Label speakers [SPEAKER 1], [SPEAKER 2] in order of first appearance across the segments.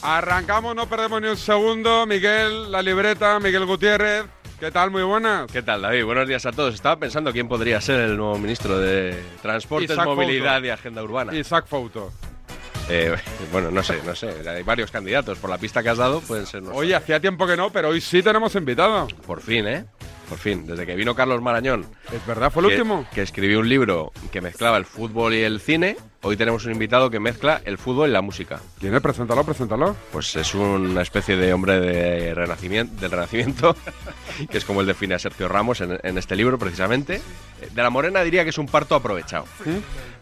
[SPEAKER 1] Arrancamos, no perdemos ni un segundo. Miguel, la libreta, Miguel Gutiérrez. ¿Qué tal? Muy buenas.
[SPEAKER 2] ¿Qué tal, David? Buenos días a todos. Estaba pensando quién podría ser el nuevo ministro de Transportes,
[SPEAKER 1] Isaac
[SPEAKER 2] Movilidad
[SPEAKER 1] Fouto.
[SPEAKER 2] y Agenda Urbana.
[SPEAKER 1] Isaac Fouto.
[SPEAKER 2] Eh, bueno, no sé, no sé. Hay varios candidatos. Por la pista que has dado, pueden ser nosotros.
[SPEAKER 1] Oye, hacía tiempo que no, pero hoy sí tenemos invitado.
[SPEAKER 2] Por fin, ¿eh? Por fin. Desde que vino Carlos Marañón.
[SPEAKER 1] ¿Es verdad? ¿Fue el
[SPEAKER 2] que-
[SPEAKER 1] último?
[SPEAKER 2] Que escribió un libro que mezclaba el fútbol y el cine. Hoy tenemos un invitado que mezcla el fútbol y la música.
[SPEAKER 1] ¿Quién es? Preséntalo, preséntalo.
[SPEAKER 2] Pues es una especie de hombre de renacimiento, del renacimiento, que es como él define a Sergio Ramos en, en este libro precisamente. De la Morena diría que es un parto aprovechado,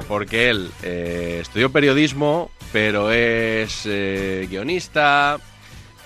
[SPEAKER 2] porque él eh, estudió periodismo, pero es eh, guionista,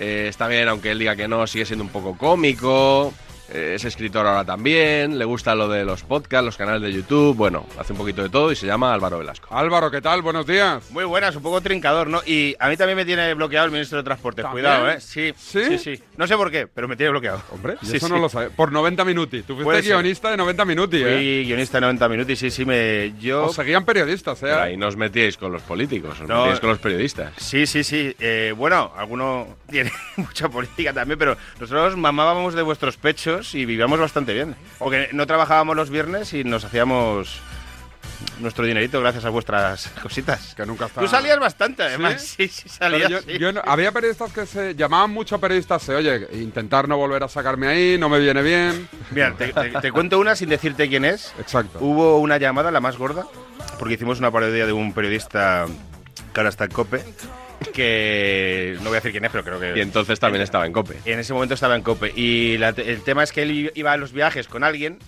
[SPEAKER 2] eh, está bien, aunque él diga que no, sigue siendo un poco cómico, eh, es escritor ahora también, le gusta lo de los podcasts, los canales de YouTube, bueno, hace un poquito de todo y se llama Álvaro Velasco.
[SPEAKER 1] Álvaro, ¿qué tal? Buenos días.
[SPEAKER 3] Muy buenas, un poco trincador, ¿no? Y a mí también me tiene bloqueado el ministro de Transportes.
[SPEAKER 1] ¿También?
[SPEAKER 3] Cuidado, ¿eh? Sí,
[SPEAKER 1] ¿Sí?
[SPEAKER 3] sí, sí. No sé por qué, pero me tiene bloqueado.
[SPEAKER 1] Hombre, yo
[SPEAKER 3] Sí,
[SPEAKER 1] eso
[SPEAKER 3] sí.
[SPEAKER 1] no lo sabía. Por 90 minuti. Tú fuiste
[SPEAKER 3] Puede ser.
[SPEAKER 1] guionista de 90 minuti, ¿eh?
[SPEAKER 3] Fui guionista de 90 minutos y sí, sí, me. Yo.
[SPEAKER 1] Os seguían periodistas, ¿eh?
[SPEAKER 2] Pero ahí no os metíais con los políticos, os
[SPEAKER 3] No.
[SPEAKER 2] metíais con los periodistas.
[SPEAKER 3] Sí, sí, sí. Eh, bueno, alguno tiene mucha política también, pero nosotros mamábamos de vuestros pechos y vivíamos bastante bien. O que no trabajábamos los viernes y nos hacíamos nuestro dinerito gracias a vuestras cositas.
[SPEAKER 1] Que nunca está...
[SPEAKER 3] Tú salías bastante, además.
[SPEAKER 1] Ah. ¿Sí?
[SPEAKER 3] Sí, sí,
[SPEAKER 1] Pero
[SPEAKER 3] salías.
[SPEAKER 1] yo-
[SPEAKER 3] sí.
[SPEAKER 1] yo no- había periodistas que se llamaban mucho a periodistas, eh, oye, intentar no volver a sacarme ahí, no me viene bien.
[SPEAKER 3] Mira, te- te- te cuento una sin decirte quién es.
[SPEAKER 1] Exacto.
[SPEAKER 3] Hubo una llamada, la más gorda, porque hicimos una parodia de un periodista que ahora está en COPE, que no voy a decir quién es, pero creo que...
[SPEAKER 2] Y entonces también estaba en COPE.
[SPEAKER 3] En ese momento estaba en COPE. Y la te- el tema es que él iba a los viajes con alguien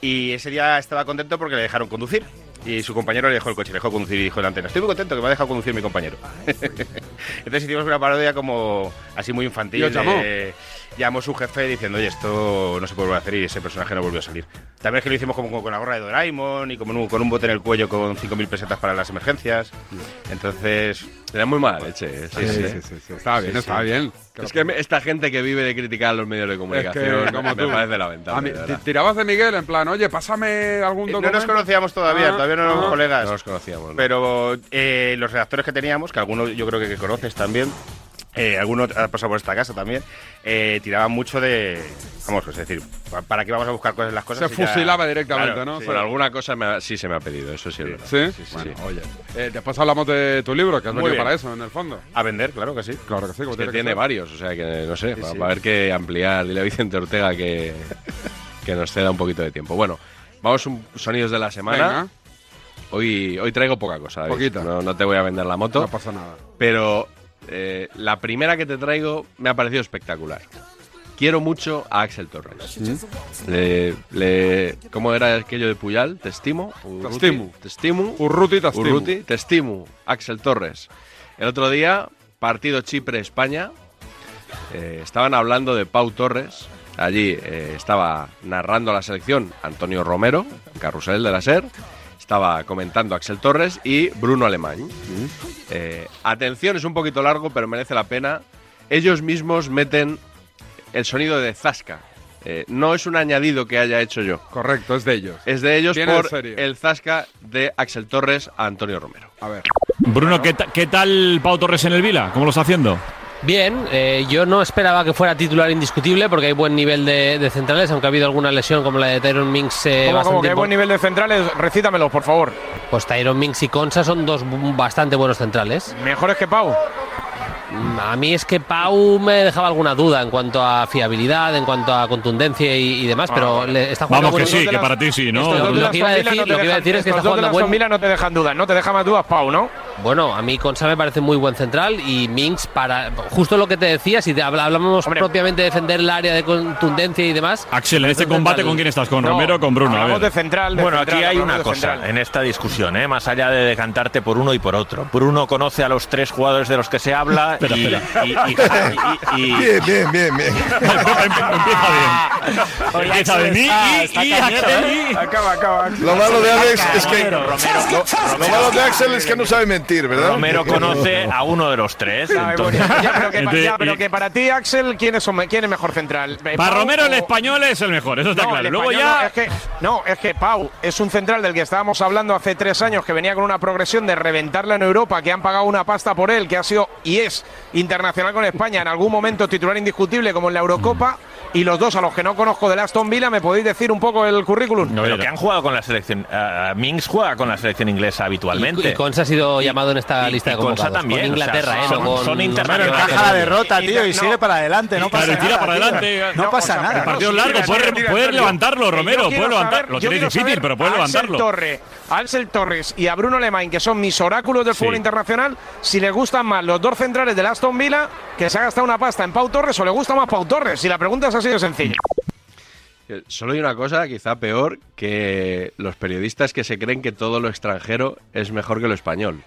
[SPEAKER 3] y ese día estaba contento porque le dejaron conducir. Y su compañero le dejó el coche, le dejó conducir y dijo en la antena, estoy muy contento que me ha dejado conducir mi compañero. Entonces hicimos una parodia como así muy infantil.
[SPEAKER 1] ¿Y os llamó?
[SPEAKER 3] de- llamó su jefe diciendo, oye, esto no se puede volver a hacer y ese personaje no volvió a salir. También es que lo hicimos como con la gorra de Doraemon y como en un- con un bote en el cuello con 5.000 pesetas para las emergencias.
[SPEAKER 2] Mm.
[SPEAKER 3] Entonces,
[SPEAKER 2] Tenía muy mala leche. eh, sí, sí, sí.
[SPEAKER 1] Estaba bien,
[SPEAKER 3] Sí,
[SPEAKER 1] estaba
[SPEAKER 3] sí.
[SPEAKER 1] bien.
[SPEAKER 2] Es que me- esta gente que vive de criticar a los medios de
[SPEAKER 1] Es que,
[SPEAKER 2] comunicación
[SPEAKER 1] como
[SPEAKER 2] me
[SPEAKER 1] tú.
[SPEAKER 2] parece
[SPEAKER 1] A mí-
[SPEAKER 2] lamentable. de
[SPEAKER 1] ti-
[SPEAKER 2] verdad.
[SPEAKER 1] tirabas de Miguel en plan, oye, pásame algún
[SPEAKER 3] Eh, no
[SPEAKER 1] documento.
[SPEAKER 3] nos conocíamos todavía,
[SPEAKER 1] Ah,
[SPEAKER 3] todavía no éramos
[SPEAKER 1] ah.
[SPEAKER 3] colegas.
[SPEAKER 2] No nos conocíamos. ¿no?
[SPEAKER 3] Pero eh, los redactores que teníamos, que algunos yo creo que, que conoces también, eh, alguno ha pasado por esta casa también, eh, tiraban mucho de. Vamos, es decir, pa- ¿para qué vamos a buscar cosas las cosas?
[SPEAKER 1] Se
[SPEAKER 3] si ya-
[SPEAKER 1] fusilaba directamente,
[SPEAKER 3] Claro,
[SPEAKER 1] ¿no?
[SPEAKER 3] sí.
[SPEAKER 2] Bueno, alguna cosa me ha- sí se me ha pedido, eso sí. es verdad.
[SPEAKER 1] ¿Sí?
[SPEAKER 2] sí,
[SPEAKER 1] Bueno,
[SPEAKER 2] sí.
[SPEAKER 1] oye. Eh, después hablamos de tu libro, que has
[SPEAKER 3] Muy
[SPEAKER 1] venido
[SPEAKER 3] bien.
[SPEAKER 1] para eso, en el fondo.
[SPEAKER 3] A vender, claro que sí.
[SPEAKER 1] Claro que sí, como
[SPEAKER 2] Es que
[SPEAKER 1] tiene que
[SPEAKER 2] tiene
[SPEAKER 1] ser.
[SPEAKER 2] varios, o sea que no sé,
[SPEAKER 3] Sí,
[SPEAKER 2] va,
[SPEAKER 3] sí.
[SPEAKER 2] va a haber que ampliar. Dile a Vicente Ortega que, que nos ceda un poquito de tiempo. Bueno, vamos un sonidos de la semana.
[SPEAKER 1] Venga,
[SPEAKER 2] Hoy, hoy traigo poca cosa. David.
[SPEAKER 1] Poquita.
[SPEAKER 2] No, no te voy a vender la moto.
[SPEAKER 1] no pasa nada.
[SPEAKER 2] pero eh, la primera que te traigo me ha parecido espectacular. Quiero mucho a Axel Torres.
[SPEAKER 1] ¿Mm?
[SPEAKER 2] Le, le- ¿Cómo era aquello de Puyal? Te estimo. Urruti,
[SPEAKER 1] Te estimo.
[SPEAKER 2] Te estimo.
[SPEAKER 1] Urruti Tastimo.
[SPEAKER 2] Urruti, te estimo. Axel Torres. El otro día, partido Chipre-España. eh, estaban hablando de Pau Torres. Allí eh, estaba narrando la selección Antonio Romero, Carrusel de la SER. Estaba comentando Axel Torres y Bruno Alemán.
[SPEAKER 1] Mm.
[SPEAKER 2] Eh, atención, es un poquito largo, pero merece la pena. Ellos mismos meten el sonido de Zasca. Eh, no es un añadido que haya hecho yo.
[SPEAKER 1] Correcto, es de ellos.
[SPEAKER 2] Es de ellos
[SPEAKER 1] Viene en
[SPEAKER 2] por
[SPEAKER 1] serio.
[SPEAKER 2] el Zasca de Axel Torres a Antonio Romero.
[SPEAKER 1] A ver.
[SPEAKER 4] Bruno, ¿qué, ta- qué tal Pau Torres en el Vila? ¿Cómo lo está haciendo?
[SPEAKER 5] Bien, eh, yo no esperaba que fuera titular indiscutible porque hay buen nivel de, de centrales, aunque ha habido alguna lesión como la de Tyron Minks. eh,
[SPEAKER 6] ¿Cómo, cómo?
[SPEAKER 5] bastante
[SPEAKER 6] Que hay
[SPEAKER 5] impo-
[SPEAKER 6] buen nivel de centrales, recítamelos, por favor.
[SPEAKER 5] Pues Tyron Minks y Consa son dos bu- bastante buenos centrales.
[SPEAKER 6] Mejores que Pau.
[SPEAKER 5] Mm, A mí es que Pau me dejaba alguna duda en cuanto a fiabilidad, en cuanto a contundencia y, y demás, pero le- está jugando
[SPEAKER 4] Vamos que
[SPEAKER 5] muy
[SPEAKER 4] sí,
[SPEAKER 5] bien.
[SPEAKER 4] que para ti sí, ¿no?
[SPEAKER 5] Estos dos de
[SPEAKER 4] Bruno?
[SPEAKER 5] la- que iba a
[SPEAKER 6] Aston Villa
[SPEAKER 5] decir-
[SPEAKER 6] te
[SPEAKER 5] lo que iba a
[SPEAKER 6] dejan-
[SPEAKER 5] decir es que
[SPEAKER 6] estos
[SPEAKER 5] está
[SPEAKER 6] dos de la
[SPEAKER 5] jugando buen-
[SPEAKER 6] Aston Villa no te dejan duda, no te deja más dudas Pau, ¿no?
[SPEAKER 5] Bueno, a mí Consa me parece muy buen central y Minks para justo lo que te decía, si te habla- hablamos
[SPEAKER 6] Hombre.
[SPEAKER 5] propiamente de defender el área de contundencia y demás.
[SPEAKER 4] Axel, en este combate, ¿con quién estás? ¿Con
[SPEAKER 6] No,
[SPEAKER 4] Romero o con Bruno? A
[SPEAKER 6] Hablamos de
[SPEAKER 4] ver.
[SPEAKER 6] central, de
[SPEAKER 7] Bueno,
[SPEAKER 6] central,
[SPEAKER 7] aquí hay
[SPEAKER 6] hablamos
[SPEAKER 7] una
[SPEAKER 6] de
[SPEAKER 7] cosa
[SPEAKER 6] central.
[SPEAKER 7] en esta discusión, ¿eh? más allá de decantarte por uno y por otro. Bruno conoce a los tres jugadores de los que se habla
[SPEAKER 4] Espera,
[SPEAKER 7] y,
[SPEAKER 4] espera.
[SPEAKER 7] y- y- y- y-
[SPEAKER 8] bien, bien, bien.
[SPEAKER 4] Empieza bien. Empieza bien.
[SPEAKER 1] Ah,
[SPEAKER 4] Y- y- y-
[SPEAKER 1] ¿eh?
[SPEAKER 4] Axel, y-
[SPEAKER 6] Acaba, acaba.
[SPEAKER 8] Lo malo de Alex es que.
[SPEAKER 7] Romero,
[SPEAKER 8] Lo, lo malo de Axel es que no sabe
[SPEAKER 9] mentir, ¿verdad?
[SPEAKER 10] Romero conoce a uno de los tres.
[SPEAKER 6] Sabe, bueno,
[SPEAKER 10] entonces-
[SPEAKER 6] ya, pero que, pa-
[SPEAKER 11] Entonces,
[SPEAKER 6] ya, pero
[SPEAKER 11] y-
[SPEAKER 6] que para ti, Axel, ¿quién es, hom- quién es mejor central? Eh,
[SPEAKER 11] Para
[SPEAKER 6] Pau
[SPEAKER 11] Romero el
[SPEAKER 6] o-
[SPEAKER 11] español es el mejor, eso está
[SPEAKER 6] No,
[SPEAKER 11] claro.
[SPEAKER 6] el
[SPEAKER 11] Luego
[SPEAKER 6] español
[SPEAKER 11] ya...
[SPEAKER 6] no, es que, no, es que Pau es un central del que estábamos hablando hace tres años que venía con una progresión de reventarla en Europa, que han pagado una pasta por él, que ha sido y es internacional con España, en algún momento titular indiscutible como en la Eurocopa. Y los dos a los que no conozco del Aston Villa, ¿me podéis decir un poco el currículum?
[SPEAKER 10] Pero
[SPEAKER 11] mira.
[SPEAKER 10] que han jugado con la selección.
[SPEAKER 7] eh,
[SPEAKER 10] ah, Mings juega con la selección inglesa habitualmente.
[SPEAKER 5] Y, y Consa ha sido llamado en esta
[SPEAKER 10] y-
[SPEAKER 5] lista de
[SPEAKER 10] y Consa
[SPEAKER 5] convocados.
[SPEAKER 10] también,
[SPEAKER 5] Con
[SPEAKER 10] o sea,
[SPEAKER 5] Inglaterra, ¿eh?
[SPEAKER 10] son-
[SPEAKER 5] no con-
[SPEAKER 10] son internacionales.
[SPEAKER 12] Bueno,
[SPEAKER 10] Pero
[SPEAKER 12] encaja
[SPEAKER 10] que-
[SPEAKER 12] la derrota,
[SPEAKER 6] y-
[SPEAKER 12] tío, y
[SPEAKER 6] no.
[SPEAKER 12] sigue para adelante, no
[SPEAKER 6] Y-
[SPEAKER 12] pasa
[SPEAKER 11] Claro, tira
[SPEAKER 12] nada.
[SPEAKER 11] para
[SPEAKER 12] tío.
[SPEAKER 11] adelante.
[SPEAKER 12] No
[SPEAKER 6] No,
[SPEAKER 12] pasa
[SPEAKER 6] o sea,
[SPEAKER 12] nada.
[SPEAKER 6] pero
[SPEAKER 11] Partido
[SPEAKER 6] sí,
[SPEAKER 11] largo,
[SPEAKER 6] tira,
[SPEAKER 11] puedes,
[SPEAKER 6] tira, tira,
[SPEAKER 11] puedes
[SPEAKER 6] Antonio.
[SPEAKER 11] levantarlo,
[SPEAKER 6] Que yo
[SPEAKER 11] Romero,
[SPEAKER 6] quiero
[SPEAKER 11] puedes levantar,
[SPEAKER 6] saber-
[SPEAKER 11] lo
[SPEAKER 6] yo
[SPEAKER 11] tenéis
[SPEAKER 6] quiero
[SPEAKER 11] difícil,
[SPEAKER 6] saber
[SPEAKER 11] pero puedes
[SPEAKER 6] a Axel
[SPEAKER 11] levantarlo.
[SPEAKER 6] Torre, a Axel Torres y a Bruno Lemain, que son mis oráculos del
[SPEAKER 11] Sí.
[SPEAKER 6] fútbol internacional, si les gustan más los dos centrales del Aston Villa, que se ha gastado una pasta en Pau Torres, o le gusta más Pau Torres. Si la pregunta es así de sencilla.
[SPEAKER 2] Eh, Solo hay una cosa quizá peor que los periodistas que se creen que todo lo extranjero es mejor que lo español.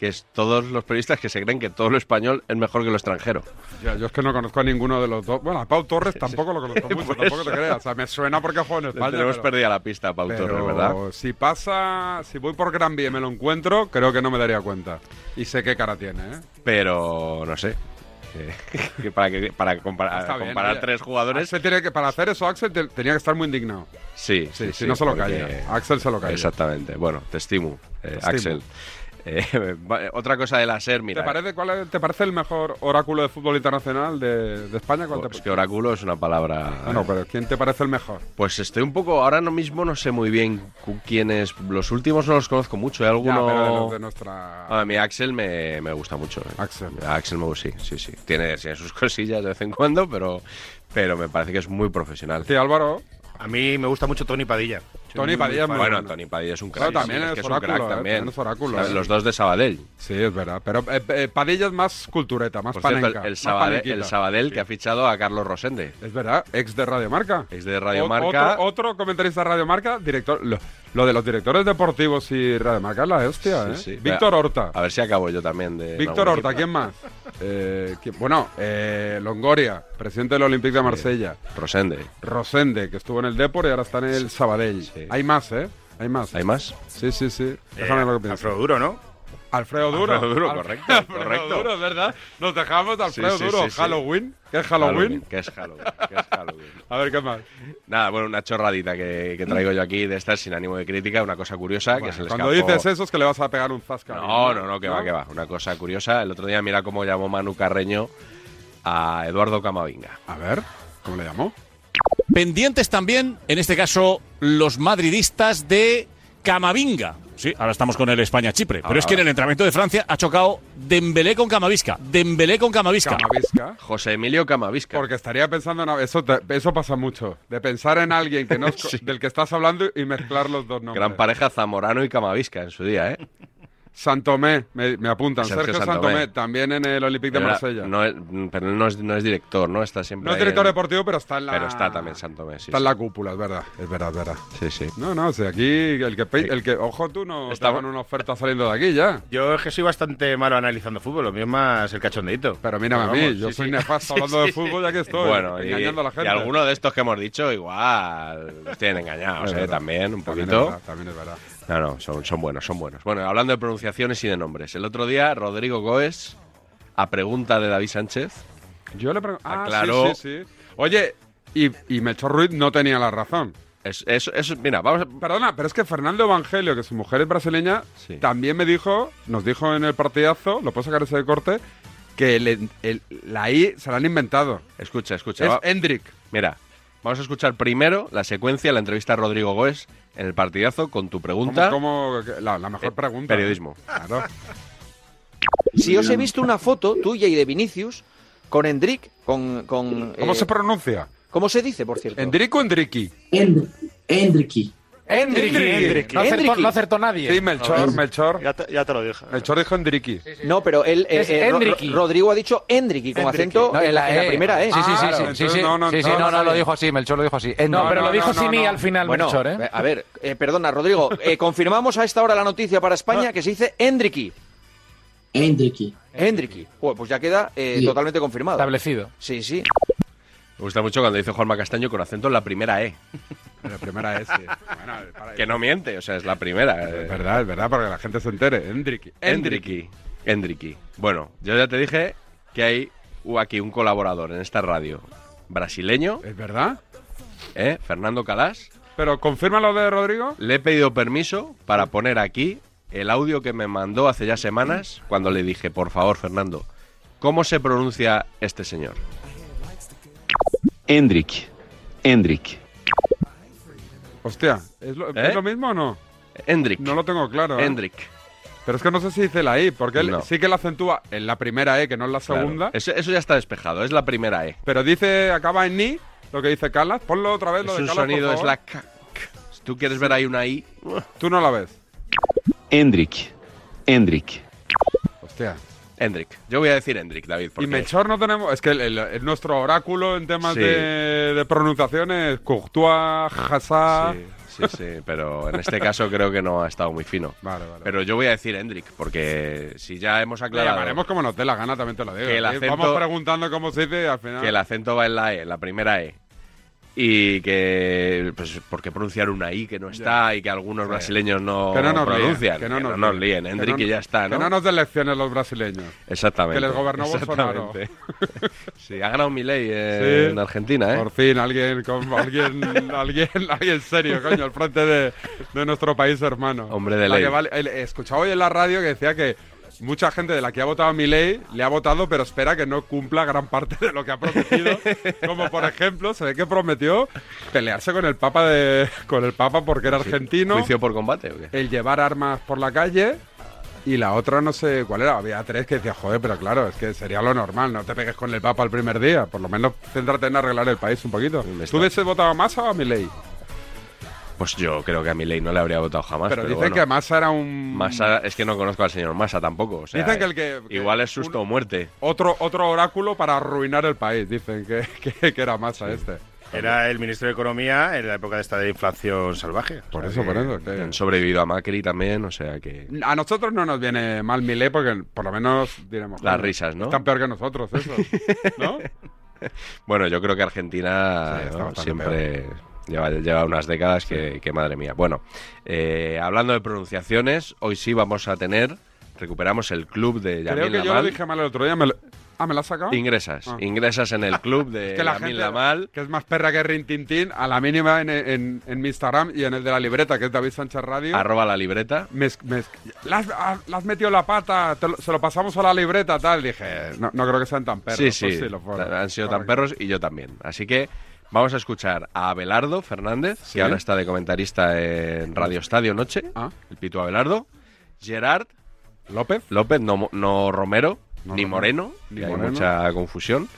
[SPEAKER 2] Que es todos los periodistas que se creen que todo lo español es mejor que lo extranjero.
[SPEAKER 1] Ya, yo es que no conozco a ninguno de los dos. Bueno, a Pau Torres tampoco lo conozco mucho,
[SPEAKER 4] Pues
[SPEAKER 1] tampoco te creas. O sea, me suena porque ha jugado en
[SPEAKER 2] Le
[SPEAKER 1] España.
[SPEAKER 2] tenemos
[SPEAKER 1] pero-
[SPEAKER 2] perdida la pista a Pau
[SPEAKER 1] pero
[SPEAKER 2] Torres, ¿verdad?
[SPEAKER 1] si pasa, si voy por Gran Vía y me lo encuentro, creo que no me daría cuenta. Y sé qué cara tiene, ¿eh?
[SPEAKER 2] Pero no sé. Eh, que para que, para comparar,
[SPEAKER 1] Está bien,
[SPEAKER 2] comparar
[SPEAKER 1] oye.
[SPEAKER 2] tres jugadores.
[SPEAKER 1] Axel tiene que, para hacer eso, Axel te- tenía que estar muy indignado.
[SPEAKER 2] Sí,
[SPEAKER 1] ¿eh? Sí, si no se lo calla.
[SPEAKER 2] porque-
[SPEAKER 1] Axel se lo calla.
[SPEAKER 2] Exactamente. Bueno, te estimo,
[SPEAKER 1] Te
[SPEAKER 2] eh,
[SPEAKER 1] estimo.
[SPEAKER 2] Axel. Eh, va- otra cosa de la SER, mira.
[SPEAKER 1] ¿Te parece, cuál es- ¿Te parece el mejor oráculo de fútbol internacional de, de España? ¿Cuál te-
[SPEAKER 2] Pues que oráculo es una palabra.
[SPEAKER 1] Ah, no, pero ¿quién te parece el mejor?
[SPEAKER 2] Pues estoy un poco, ahora no mismo no sé muy bien cu- quiénes. Los últimos no los conozco mucho, hay
[SPEAKER 1] Ya,
[SPEAKER 2] alguno.
[SPEAKER 1] pero de los de nuestra...
[SPEAKER 2] A mí Axel me, me gusta mucho. eh.
[SPEAKER 1] Axel.
[SPEAKER 2] Axel me gusta, sí, sí, sí. Tiene, tiene sus cosillas de vez en cuando, pero, pero me parece que es muy profesional.
[SPEAKER 1] Sí, Álvaro.
[SPEAKER 3] A mí me gusta mucho Tony Padilla. Soy
[SPEAKER 1] Tony
[SPEAKER 3] muy-
[SPEAKER 1] Padilla es muy
[SPEAKER 2] Bueno, Tony Padilla es un crack.
[SPEAKER 1] Claro, también
[SPEAKER 2] sí,
[SPEAKER 1] es
[SPEAKER 2] que es
[SPEAKER 1] oráculo,
[SPEAKER 2] un crack
[SPEAKER 1] eh,
[SPEAKER 2] también.
[SPEAKER 1] también es oráculo,
[SPEAKER 2] Claro,
[SPEAKER 1] eh.
[SPEAKER 2] Los dos de Sabadell.
[SPEAKER 1] Sí, es verdad. Pero eh, eh, Padilla es más cultureta, más
[SPEAKER 2] Por
[SPEAKER 1] panenca.
[SPEAKER 2] cierto, el, el
[SPEAKER 1] más
[SPEAKER 2] Sabadell,
[SPEAKER 1] paniquita.
[SPEAKER 2] el Sabadell que ha fichado a Carlos Rosende.
[SPEAKER 1] Es verdad, ex de Radio Marca.
[SPEAKER 2] Ex de Radio
[SPEAKER 1] O-
[SPEAKER 2] Marca.
[SPEAKER 1] Otro, otro comentarista de Radio Marca, director. Lo, lo de los directores deportivos y Radio Marca es la hostia, ¿eh?
[SPEAKER 2] Sí, sí.
[SPEAKER 1] Víctor
[SPEAKER 2] Vea,
[SPEAKER 1] Horta.
[SPEAKER 2] A ver si acabo yo también de. en
[SPEAKER 1] Víctor
[SPEAKER 2] algún
[SPEAKER 1] Horta,
[SPEAKER 2] equipo.
[SPEAKER 1] ¿quién más? Eh, ¿quién- Bueno, eh, Longoria, presidente del Olympique de Marsella.
[SPEAKER 2] Rosende.
[SPEAKER 1] Rosende, que estuvo en el Depor y ahora está en el Sabadell.
[SPEAKER 2] Sí.
[SPEAKER 1] Hay más, ¿eh? Hay más.
[SPEAKER 2] ¿Hay más?
[SPEAKER 1] Sí, sí, sí.
[SPEAKER 3] Eh,
[SPEAKER 1] Déjame lo que pienso.
[SPEAKER 3] Alfredo Duro, ¿no?
[SPEAKER 1] Alfredo Duro.
[SPEAKER 2] Alfredo Duro,
[SPEAKER 1] Al-
[SPEAKER 2] correcto,
[SPEAKER 1] Alfredo
[SPEAKER 2] correcto.
[SPEAKER 1] Duro, es verdad. Nos dejamos de Alfredo
[SPEAKER 2] Sí, sí,
[SPEAKER 1] Duro.
[SPEAKER 2] sí, sí.
[SPEAKER 1] Halloween. ¿Qué es Halloween?
[SPEAKER 2] Que es Halloween. que es Halloween.
[SPEAKER 1] A ver, ¿qué más?
[SPEAKER 2] Nada, bueno, una chorradita que, que traigo yo aquí de estas sin ánimo de crítica, una cosa curiosa que se les
[SPEAKER 1] Cuando
[SPEAKER 2] escapó.
[SPEAKER 1] dices eso es que le vas a pegar un zasca.
[SPEAKER 2] No, no, no, que va, que va. Una cosa curiosa. El otro día mira cómo llamó Manu Carreño a Eduardo Camavinga.
[SPEAKER 1] A ver, ¿cómo le llamó?
[SPEAKER 13] Pendientes también, en este caso, los madridistas de Camavinga. Sí, ahora estamos con el España-Chipre. Pero
[SPEAKER 2] Ahora,
[SPEAKER 13] es que en
[SPEAKER 2] ahora.
[SPEAKER 13] el entrenamiento de Francia ha chocado Dembélé con Camavisca. Dembélé con Camavisca.
[SPEAKER 1] Camavisca.
[SPEAKER 2] José Emilio Camavinga.
[SPEAKER 1] Porque estaría pensando en... Eso, te- eso pasa mucho. De pensar en alguien que no es co- del que estás hablando y mezclar los dos nombres.
[SPEAKER 2] Gran pareja Zamorano y Camavisca en su día, ¿eh?
[SPEAKER 1] Santomé, me, me apuntan.
[SPEAKER 2] Sergio
[SPEAKER 1] Sergio,
[SPEAKER 2] Santomé.
[SPEAKER 1] Santomé. también en el Olympique de
[SPEAKER 2] Pero era-
[SPEAKER 1] Marsella. No,
[SPEAKER 2] no es- pero no es, no es director, ¿no? Está siempre.
[SPEAKER 1] es
[SPEAKER 2] ahí
[SPEAKER 1] director
[SPEAKER 2] en-
[SPEAKER 1] deportivo, pero está en la...
[SPEAKER 2] Pero está también Santomé, sí.
[SPEAKER 1] Está en
[SPEAKER 2] sí.
[SPEAKER 1] la cúpula, es verdad. Es verdad, es verdad.
[SPEAKER 2] Sí, sí.
[SPEAKER 1] No, no, o sea, aquí el que... pe- El que ojo, tú no te
[SPEAKER 2] Estamos-
[SPEAKER 1] hagan una oferta saliendo de aquí ya.
[SPEAKER 3] Yo es que soy bastante malo analizando fútbol, lo mío es más el cachondeito.
[SPEAKER 1] Pero mírame a
[SPEAKER 3] Vamos,
[SPEAKER 1] mí, yo
[SPEAKER 3] sí,
[SPEAKER 1] soy
[SPEAKER 3] sí.
[SPEAKER 1] nefasto
[SPEAKER 3] Sí,
[SPEAKER 1] hablando
[SPEAKER 3] sí,
[SPEAKER 1] de fútbol ya que estoy
[SPEAKER 2] bueno, y,
[SPEAKER 1] engañando a la gente.
[SPEAKER 2] y alguno de estos que hemos dicho, igual los tienen engañados,
[SPEAKER 1] Es
[SPEAKER 2] ¿eh?
[SPEAKER 1] verdad.
[SPEAKER 2] También, un
[SPEAKER 1] También
[SPEAKER 2] poquito.
[SPEAKER 1] es verdad, También es verdad.
[SPEAKER 2] No, no, son, son buenos, son buenos. Bueno, hablando de pronunciaciones y de nombres. El otro día, Rodrigo Goes, a pregunta de David Sánchez,
[SPEAKER 1] Yo le pregunto. Ah,
[SPEAKER 2] Aclaró.
[SPEAKER 1] sí, sí, sí. Oye, y, y Melchor Ruiz no tenía la razón.
[SPEAKER 2] es, es- es- mira, vamos a...
[SPEAKER 1] Perdona, pero es que Fernando Evangelio, que su mujer es brasileña,
[SPEAKER 2] Sí.
[SPEAKER 1] también me dijo, nos dijo en el partidazo, lo puedo sacar ese de corte, que el- el- la I se la han inventado.
[SPEAKER 2] Escucha, escucha.
[SPEAKER 1] Es
[SPEAKER 2] va-
[SPEAKER 1] Hendrik.
[SPEAKER 2] mira, vamos a escuchar primero la secuencia, de la entrevista a Rodrigo Goes en el partidazo con tu pregunta.
[SPEAKER 1] Como, la, la mejor
[SPEAKER 2] Eh,
[SPEAKER 1] pregunta.
[SPEAKER 2] periodismo.
[SPEAKER 1] Claro.
[SPEAKER 7] Si os he visto una foto tuya y de Vinicius con Hendrik, con... con,
[SPEAKER 1] ¿Cómo
[SPEAKER 7] eh,
[SPEAKER 1] se pronuncia?
[SPEAKER 7] ¿Cómo se dice, por cierto?
[SPEAKER 1] ¿Hendrik o Hendriki?
[SPEAKER 6] Hendrik,
[SPEAKER 1] Hendrik.
[SPEAKER 6] Hendrik.
[SPEAKER 12] No acertó,
[SPEAKER 7] Hendrick.
[SPEAKER 12] no acertó nadie.
[SPEAKER 1] Sí, Melchor, Melchor.
[SPEAKER 12] Ya te, ya te lo dije.
[SPEAKER 1] Melchor dijo Hendriki.
[SPEAKER 7] Ah, No, pero él, eh,
[SPEAKER 12] Es
[SPEAKER 7] eh, Ro-
[SPEAKER 12] Hendriki.
[SPEAKER 7] Ro- Rodrigo ha dicho Hendriki, con
[SPEAKER 12] Hendriki.
[SPEAKER 7] acento
[SPEAKER 4] No,
[SPEAKER 7] en, la, en la primera, ¿eh?
[SPEAKER 4] Sí, sí, sí,
[SPEAKER 1] Ah,
[SPEAKER 4] sí,
[SPEAKER 1] entonces
[SPEAKER 4] sí, sí,
[SPEAKER 1] no, no,
[SPEAKER 4] sí, sí,
[SPEAKER 1] no,
[SPEAKER 4] no,
[SPEAKER 1] no
[SPEAKER 4] no, lo
[SPEAKER 1] sabía.
[SPEAKER 4] dijo así, Melchor lo dijo así. Eh,
[SPEAKER 12] No,
[SPEAKER 1] No,
[SPEAKER 12] pero
[SPEAKER 1] no,
[SPEAKER 12] lo dijo
[SPEAKER 1] no,
[SPEAKER 12] sin mí
[SPEAKER 1] no.
[SPEAKER 12] al final,
[SPEAKER 7] Bueno,
[SPEAKER 12] Melchor, ¿eh?
[SPEAKER 7] a ver, eh, perdona, Rodrigo, eh, confirmamos a esta hora la noticia para España que se dice Hendriki. Hendriki. Hendriki. Joder, Pues ya queda eh, totalmente confirmado.
[SPEAKER 4] Establecido.
[SPEAKER 7] Sí, sí.
[SPEAKER 2] Me gusta mucho cuando dice Juanma Castaño con acento en la primera E.
[SPEAKER 1] La primera es. sí. Bueno, para-
[SPEAKER 2] Que no miente, o sea, es la primera. eh.
[SPEAKER 1] Es verdad, es verdad, para que la gente se entere. Hendriki.
[SPEAKER 2] Endriki. Endriki. Bueno, yo ya te dije que hay u- aquí un colaborador en esta radio brasileño.
[SPEAKER 1] ¿Es verdad?
[SPEAKER 2] ¿Eh? Fernando Calas.
[SPEAKER 1] Pero confirma lo de Rodrigo.
[SPEAKER 2] Le he pedido permiso para poner aquí el audio que me mandó hace ya semanas cuando le dije, por favor, Fernando, ¿cómo se pronuncia este señor?
[SPEAKER 8] Hendrik. Hendrik.
[SPEAKER 1] Hostia, ¿es lo,
[SPEAKER 2] ¿Eh?
[SPEAKER 1] ¿es lo mismo o no?
[SPEAKER 2] Hendrik.
[SPEAKER 1] No lo tengo claro. ¿eh?
[SPEAKER 2] Hendrik.
[SPEAKER 1] Pero es que no sé si dice la I, porque él
[SPEAKER 2] No.
[SPEAKER 1] sí que la acentúa en la primera E, que no en la
[SPEAKER 2] Claro.
[SPEAKER 1] segunda.
[SPEAKER 2] Eso, eso ya está despejado, es la primera E.
[SPEAKER 1] Pero dice, acaba en ni, lo que dice Calas. Ponlo otra vez, lo
[SPEAKER 2] Es
[SPEAKER 1] de
[SPEAKER 2] un
[SPEAKER 1] Calas.
[SPEAKER 2] sonido,
[SPEAKER 1] por
[SPEAKER 2] es
[SPEAKER 1] favor.
[SPEAKER 2] la K. Si tú quieres ver ahí una I,
[SPEAKER 1] Tú no la ves.
[SPEAKER 8] Hendrik. Hendrik.
[SPEAKER 1] Hostia.
[SPEAKER 2] Hendrik. Yo voy a decir Hendrik, David.
[SPEAKER 1] Y
[SPEAKER 2] Porque...
[SPEAKER 1] Melchor no tenemos. Es que el- el- el- nuestro oráculo en temas
[SPEAKER 2] Sí.
[SPEAKER 1] de, de pronunciaciones, Courtois, Hassá.
[SPEAKER 2] Sí, sí, pero en este caso creo que no ha estado muy fino.
[SPEAKER 1] Vale, vale.
[SPEAKER 2] Pero yo voy a decir Hendrik, porque si ya hemos
[SPEAKER 1] Le llamaremos
[SPEAKER 2] aclarado
[SPEAKER 1] como nos dé la gana, también te lo digo.
[SPEAKER 2] Que el
[SPEAKER 1] ¿eh?
[SPEAKER 2] acento-
[SPEAKER 1] Vamos preguntando cómo se dice y al final.
[SPEAKER 2] que el acento va en la E, en la primera E, y que, pues, ¿por qué pronunciar una I que no está y que algunos brasileños no,
[SPEAKER 1] Que no nos líen,
[SPEAKER 2] pronuncian?
[SPEAKER 1] que no nos líen.
[SPEAKER 2] líen.
[SPEAKER 1] Que
[SPEAKER 2] Hendrik
[SPEAKER 1] no-
[SPEAKER 2] y ya está, ¿no?
[SPEAKER 1] Que no nos den lecciones los brasileños.
[SPEAKER 2] Exactamente.
[SPEAKER 1] que les gobernó Bolsonaro.
[SPEAKER 2] Exactamente. sí, ha ganado mi ley
[SPEAKER 1] Sí.
[SPEAKER 2] en Argentina, ¿eh?
[SPEAKER 1] Por fin, alguien, con, alguien, alguien, alguien serio, coño, al frente de, de nuestro país hermano.
[SPEAKER 2] Hombre de
[SPEAKER 1] La
[SPEAKER 2] ley.
[SPEAKER 1] que vale- el- escuchaba hoy en la radio que decía que mucha gente de la que ha votado a mi ley le ha votado, pero espera que no cumpla gran parte de lo que ha prometido. Como por ejemplo, se ve que prometió pelearse con el Papa de, con el Papa porque era argentino,
[SPEAKER 2] ¿Juicio por combate o qué?
[SPEAKER 1] el llevar armas por la calle. Y la otra no sé cuál era, había tres que decía, joder, pero claro, es que sería lo normal, no te pegues con el Papa el primer día, por lo menos céntrate en arreglar el país un poquito. ¿Tú hubieses votado a Massa o a Milei?
[SPEAKER 2] Pues yo creo que a mi ley no le habría votado jamás.
[SPEAKER 1] Pero,
[SPEAKER 2] Pero,
[SPEAKER 1] dicen
[SPEAKER 2] bueno.
[SPEAKER 1] que Massa era un...
[SPEAKER 2] Masa, es que no conozco al señor Massa tampoco. o sea, eh.
[SPEAKER 1] Dicen que el que- que
[SPEAKER 2] Igual es susto o muerte.
[SPEAKER 1] Otro, otro oráculo para arruinar el país, dicen que, que, que era Massa este.
[SPEAKER 14] Era el ministro de Economía en la época de esta de inflación salvaje.
[SPEAKER 1] Por eso, por eso. que-
[SPEAKER 2] Han sobrevivido a Macri también, o sea que.
[SPEAKER 1] A nosotros no nos viene mal Milei porque por lo menos diremos...
[SPEAKER 2] Las
[SPEAKER 1] "Joder,
[SPEAKER 2] risas, ¿no?
[SPEAKER 1] Están peor que nosotros, eso. ¿No?
[SPEAKER 2] Bueno, yo creo que Argentina
[SPEAKER 1] Sí, está
[SPEAKER 2] ¿no?
[SPEAKER 1] bastante
[SPEAKER 2] siempre lleva, lleva unas décadas que, que madre mía. Bueno, eh, hablando de pronunciaciones, hoy sí vamos a tener. Recuperamos el club de
[SPEAKER 1] Creo
[SPEAKER 2] Yamil
[SPEAKER 1] que yo lo
[SPEAKER 2] Lamal.
[SPEAKER 1] dije mal el otro día. me lo- Ah, ¿me la has sacado?
[SPEAKER 2] Ingresas,
[SPEAKER 1] Ah.
[SPEAKER 2] ingresas en el club de
[SPEAKER 1] Es que la
[SPEAKER 2] Yamil
[SPEAKER 1] gente
[SPEAKER 2] Lamal.
[SPEAKER 1] que es más perra que Rintintín, a la mínima en, en- en mi Instagram y en el de la libreta, que es David Sánchez Radio.
[SPEAKER 2] Arroba la libreta.
[SPEAKER 1] me, es- me es- "La has- ah, la has metido la pata, te lo- se lo pasamos a la libreta, tal. Dije, no, no creo que sean tan perros.
[SPEAKER 2] sí,
[SPEAKER 1] Pues
[SPEAKER 2] sí,
[SPEAKER 1] lo fueron.
[SPEAKER 2] han sido tan
[SPEAKER 1] Correcto.
[SPEAKER 2] perros y yo también. Así que vamos a escuchar a Abelardo Fernández,
[SPEAKER 1] Sí.
[SPEAKER 2] que ahora está de comentarista en Radio Estadio Noche,
[SPEAKER 1] Ah.
[SPEAKER 2] el Pito Abelardo, Gerard
[SPEAKER 1] López,
[SPEAKER 2] López, no, no Romero,
[SPEAKER 1] No
[SPEAKER 2] ni
[SPEAKER 1] Romero,
[SPEAKER 2] Moreno,
[SPEAKER 1] ni
[SPEAKER 2] que hay
[SPEAKER 1] Moreno.
[SPEAKER 2] mucha confusión,